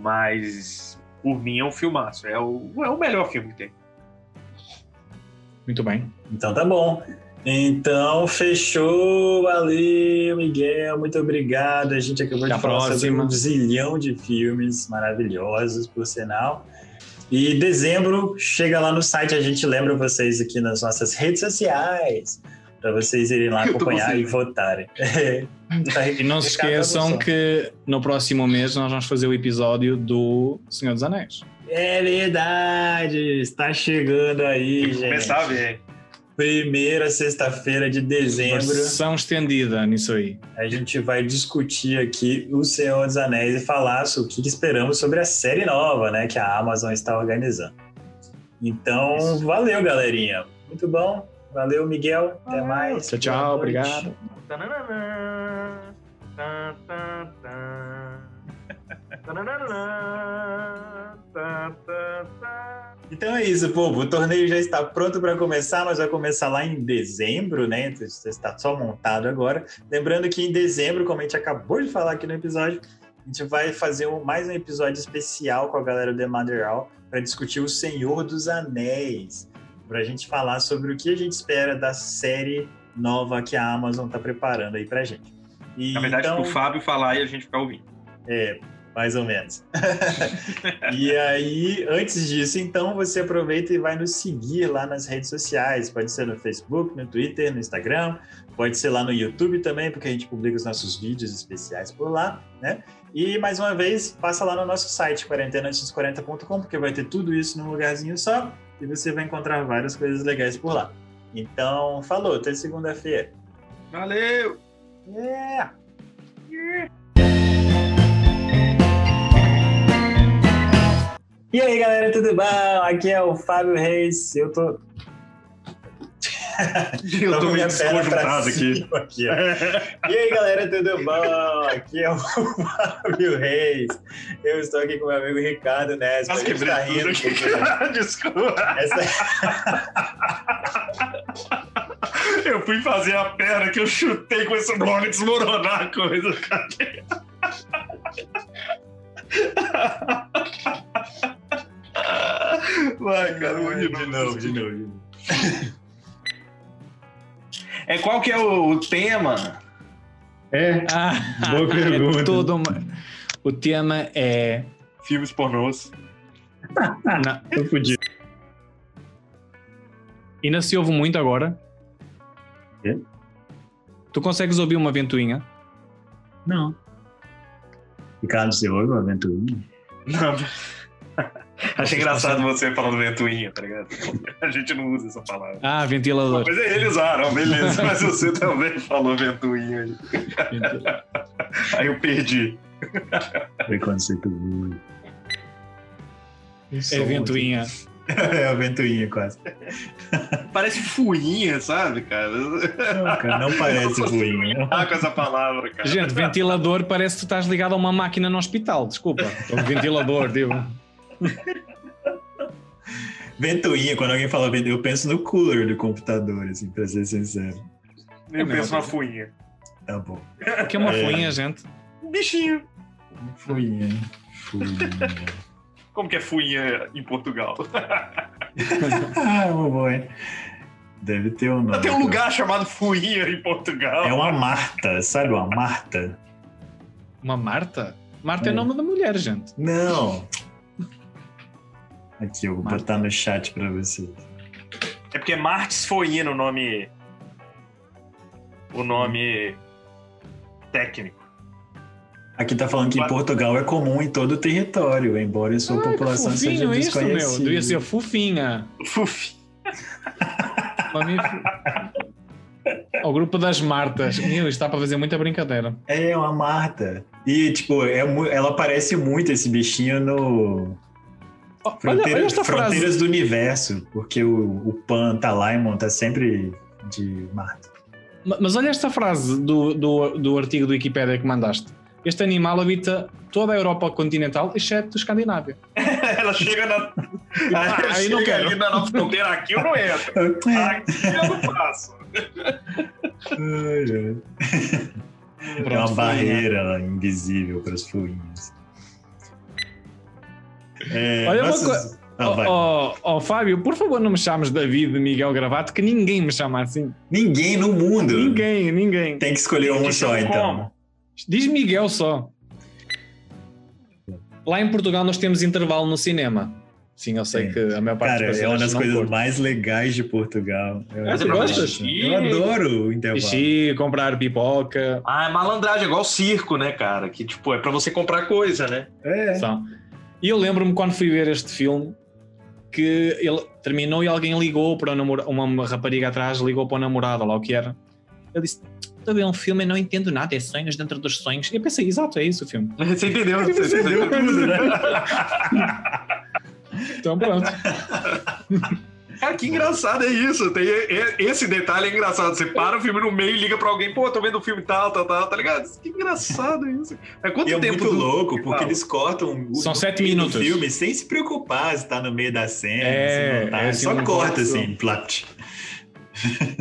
Mas, por mim, é um filmaço. É o, é o melhor filme que tem.
Muito bem.
Então tá bom. Então, fechou. Valeu, Miguel. Muito obrigado. A gente acabou
Até a
de falar sobre
próxima.
um zilhão de filmes maravilhosos, por sinal. E dezembro, chega lá no site, a gente lembra vocês aqui nas nossas redes sociais, para vocês irem lá
Eu tô
acompanhar e
conseguindo.
votarem.
E não se esqueçam que no próximo mês nós vamos fazer o episódio do Senhor dos Anéis.
É verdade! Está chegando aí, gente.
Começar a ver.
Primeira sexta-feira de dezembro.
Versão estendida nisso aí.
A gente vai discutir aqui o Senhor dos Anéis e falar so- o que que esperamos sobre a série nova, né, que a Amazon está organizando. Então,
Isso.
valeu, galerinha. Muito bom. Valeu, Miguel. Até mais.
Tchau, tchau.
Boa noite.
Obrigado.
Tananana, tan, tan, tan. Tananana, tan, tan, tan.
Então é isso, povo. O torneio já está pronto para começar, mas vai começar lá em dezembro, né? Então, isso Está só montado agora. Lembrando que em dezembro, como a gente acabou de falar aqui no episódio, a gente vai fazer um- mais um episódio especial com a galera do The Material para discutir o Senhor dos Anéis, para a gente falar sobre o que a gente espera da série nova que a Amazon está preparando aí para gente. E,
Na verdade,
então,
pro Fábio falar e a gente ficar ouvindo.
é, mais ou menos. e aí, antes disso, então, você aproveita e vai nos seguir lá nas redes sociais. Pode ser no Facebook, no Twitter, no Instagram, pode ser lá no YouTube também, porque a gente publica os nossos vídeos especiais por lá, né? E mais uma vez, passa lá no nosso site, quarentenaantes40.com, porque vai ter tudo isso num lugarzinho só e você vai encontrar várias coisas legais por lá. Então, falou, até segunda-feira.
Valeu!
Yeah! E aí, galera, tudo bom? Aqui é o Fábio Reis. Eu tô.
Eu
com
tô meio
minha perna pra
desconjuntado aqui.
cima aqui, ó. E aí, galera, tudo bom? Aqui é o Fábio Reis. Eu estou aqui com meu amigo Ricardo Nespa. A
Quase
gente
quebrei
tá
tudo
rindo.
aqui.
porque-
Desculpa.
Essa... é
Eu fui fazer a perna que eu chutei com esse bloco e desmoronar a coisa. Vai, cara, vou de novo.
novo, de novo.
É qual que é o, o tema?
É,
Ah,
Boa pergunta.
É toda uma- O tema é.
Filmes pornôs.
Na-
eu fudi.
Ainda se ouve muito agora.
Quê?
Tu consegues ouvir uma ventoinha?
Não. Ricardo, você ouve uma aventurinha?
Não. Achei engraçado você falando ventoinha, tá ligado? A gente não usa essa palavra.
Ah, ventilador.
Mas é, eles usaram, beleza. Mas você também falou ventoinha. aí. Aí eu perdi.
Foi quando você tudo.
É ventoinha.
É a ventoinha, quase.
Parece fuinha, sabe, cara?
Não, cara, não parece ruim. né?
Ah, com essa palavra, cara.
Gente, ventilador parece que tu estás ligado a uma máquina no hospital, desculpa. O ventilador, digo.
Ventoinha, quando alguém fala ventoinha, eu penso no cooler do computador, assim, pra ser sincero.
Eu penso na fuinha.
Tá bom.
O que é uma
É.
fuinha, gente?
Bichinho.
Fuinha. Fuinha.
Como que é fuinha em Portugal?
Ah, é uma boa, hein? Deve ter um nome.
Tem um lugar chamado fuinha em Portugal.
É uma Marta, sabe uma Marta?
Uma Marta? Marta é
É.
nome da mulher, gente.
Não. Aqui, eu vou
Marta.
botar no chat pra vocês.
É porque é Martes Foino o nome. O nome técnico.
Aqui tá falando que em Portugal é comum em todo o território, embora a sua
Ai, Ah, que
população um seja
fofinho isso,
desconhecida.
meu. Devia ser fofinha.
Fuf.
Para mim, fu- Ao grupo das Martas. Meu, isto está para fazer muita brincadeira.
É uma Marta. E, tipo, é mu- ela parece muito esse bichinho no
Ó, Oh, Olha,
Fronteira-
olha esta frase.
Fronteiras do Universo, porque o, o Pan Talaimon tá sempre de Marta.
Ma- Mas olha esta frase do, do, do artigo do Wikipedia que mandaste. Este animal habita toda a Europa continental, exceto a Escandinávia.
Ela chega na. Ela
aí não
chega
quero.
ali na nossa fronteira aqui, eu não entro.
É
tá? Aqui eu não passo.
Ai, ai. É uma
Pronto,
barreira lá, invisível para os fluinhos. É,
Olha uma
nossas- Ah, vai.
Ó, ó, ó, Oh, Fábio, por favor, não me chames David Miguel Gravato, que ninguém me chama assim.
Ninguém no mundo
Ninguém, ninguém.
tem que escolher um
Te
só,
chama
então.
Diz Miguel só. Lá em Portugal nós temos intervalo no cinema. Sim, eu sei
Sim.
que a maior parte
Cara,
das
é uma das
não
coisas
curte.
mais legais de Portugal. Eu,
é
Ah, tu
adoro. né?
gostas?
Eu adoro o intervalo.
Xixi, comprar pipoca.
Ah, é malandragem, é igual circo, né, cara? Que, tipo, é pra você comprar coisa, né?
É.
São. E eu lembro-me quando fui ver este filme que ele terminou e alguém ligou para o namora- uma rapariga atrás ligou para o namorado, lá o que era. Eu disse: Estou a ver um filme, eu não entendo nada, é sonhos dentro dos sonhos. E eu pensei: Exato, é isso o filme.
Você entendeu?
Você entendeu
tudo, né?
Então pronto.
Cara, que engraçado é isso. Tem, é- é- esse detalhe é engraçado. Você para o filme no meio e liga pra alguém, pô, tô vendo o filme tal, tal, tal, tá ligado? Que engraçado isso. Mas quanto
E é
tempo
muito
dura?
louco, porque
Fala.
eles cortam o
São
o
sete
meio do
minutos.
filme sem se preocupar se tá no meio da cena,
É,
se não tá.
é assim,
Só
um
corta
corte só.
assim, plat.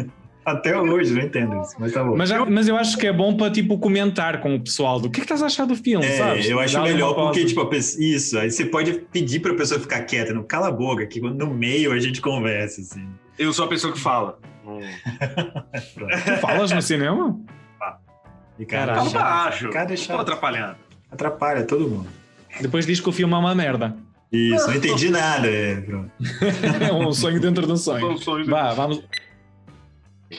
Até hoje, não entendo isso, mas tá bom.
Mas, já- mas eu acho que é bom para tipo comentar com o pessoal do que é que estás a achar do filme,
É,
sabes?
eu acho
Dá ali uma
melhor porque,
pausa.
tipo, a pessoa- isso, aí você pode pedir pra pessoa ficar quieta, não cala a boca, que no meio a gente conversa, assim.
Eu sou a pessoa que fala.
Tu falas no cinema?
E, cara,
Cala
é
pra
chato,
baixo.
Cara, é
tá, Tô
chato.
atrapalhando.
Atrapalha todo mundo.
Depois diz que o filme é uma merda.
Isso, não entendi nada. É, pronto.
É um sonho dentro de um
Sou
sonho.
um sonho do-
Vá, vamos.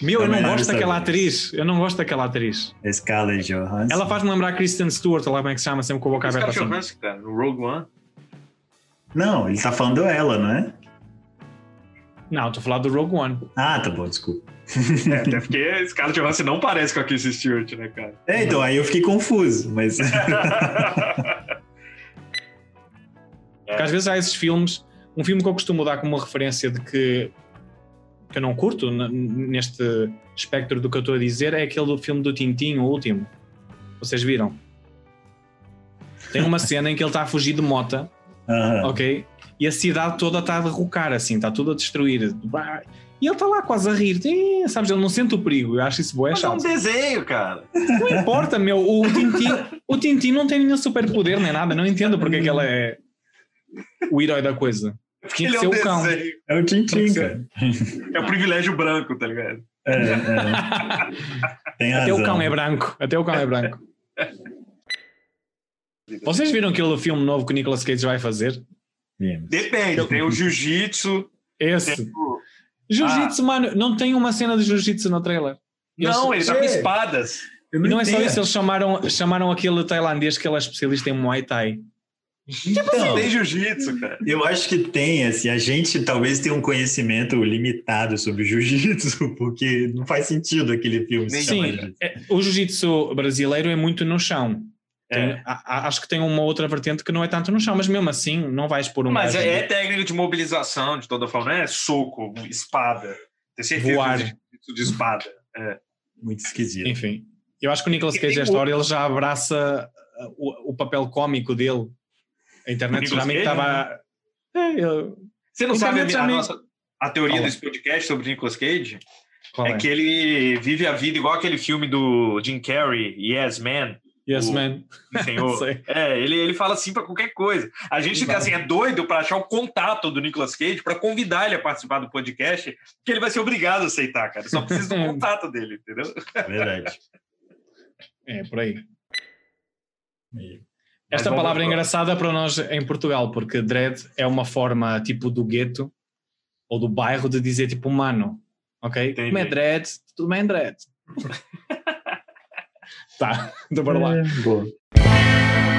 Meu, eu não
Também não
gosto
sei.
daquela atriz. Eu não gosto daquela atriz.
Scarlett Johansson.
Ela faz-me lembrar a Kristen Stewart, lá como é que se chama, sempre com a boca
Esse
aberta
cara
assim.
Johansson, cara, no Rogue One.
Não, ele tá falando ela, não é?
Não, estou a falar do Rogue One.
Ah, tá bom, desculpa.
É, até porque esse cara Johansson não parece com a Casey Stewart, né, cara?
É, então, aí eu fiquei confuso, mas...
Porque às vezes há esses filmes, um filme que eu costumo dar como uma referência de que, que eu não curto n- neste espectro do que eu estou a dizer, é aquele do filme do Tintin, o último. Vocês viram? Tem uma cena em que ele está a fugir de mota
Aham.
ok? E a cidade toda está a derrocar, assim, está tudo a destruir. Bah! E ele está lá quase a rir, Ih, sabes? Ele não sente o perigo, eu acho isso boa, é
Mas é um
chato.
desenho, cara.
Não importa, meu, o Tintin, o Tintin não tem nenhum superpoder nem nada, não entendo porque é que ele é o herói da coisa. Tinha que
Ele é
ser
um
o cão.
desenho.
É o Tintin, cara.
É o privilégio branco, tá ligado?
É, é. Tem
Até o
razão.
cão é branco, até o cão é branco. Vocês viram aquele filme novo que o Nicolas Cage vai fazer?
Depende, tem o jiu-jitsu.
Esse.
tem É o- Ah.
Jiu-jitsu, mano, não tem uma cena de jiu-jitsu no trailer. Eu
Não,
sei-
ele tá com espadas.
Eu
E não é só
entendo.
isso, eles chamaram, chamaram aquele tailandês que ele é especialista em Muay Thai.
Então,
Tem jiu-jitsu, cara.
eu acho que tem, assim, a gente talvez tenha um conhecimento limitado sobre jiu-jitsu, porque não faz sentido aquele filme se
Sim.
chamar jiu-jitsu.
É, O jiu-jitsu brasileiro é muito no chão.
É.
Tem- a- a- acho que tem uma outra vertente que não é tanto no chão, mas mesmo assim não vais pôr um
Mas
gajo
é, é técnica de mobilização, de toda forma. Não é soco, espada. Tem certeza
Voar.
que é jiu-jitsu de espada.
Muito esquisito.
Enfim, eu acho que o Nicolas
E
Cage,
tem
esta hora, ele já abraça uh, o, o papel cómico dele. A
O
internet
Nicolas
geralmente
Cage?
estava. É, eu-
Você não
E
sabe a,
também-
minha- a
também-
nossa Tá a teoria
Fala.
desse podcast sobre Nicolas Cage?
Qual
é que ele vive a vida igual aquele filme do Jim Carrey, Yes Man,
Yes,
o-
man.
do Senhor.
Sei.
É, ele, ele fala assim pra qualquer coisa. A gente fica assim, é doido pra achar o contato do Nicolas Cage pra convidar ele a participar do podcast, porque ele vai ser obrigado a aceitar, cara. Só precisa do contato dele, entendeu?
É verdade.
É, por aí.
Mas
Esta
vamos
palavra é
lá.
engraçada para nós em Portugal, porque dread é uma forma tipo do gueto ou do bairro de dizer tipo humano, ok?
Entendi.
Como é dread? Tudo bem dread. tá, então bora lá.
É, boa.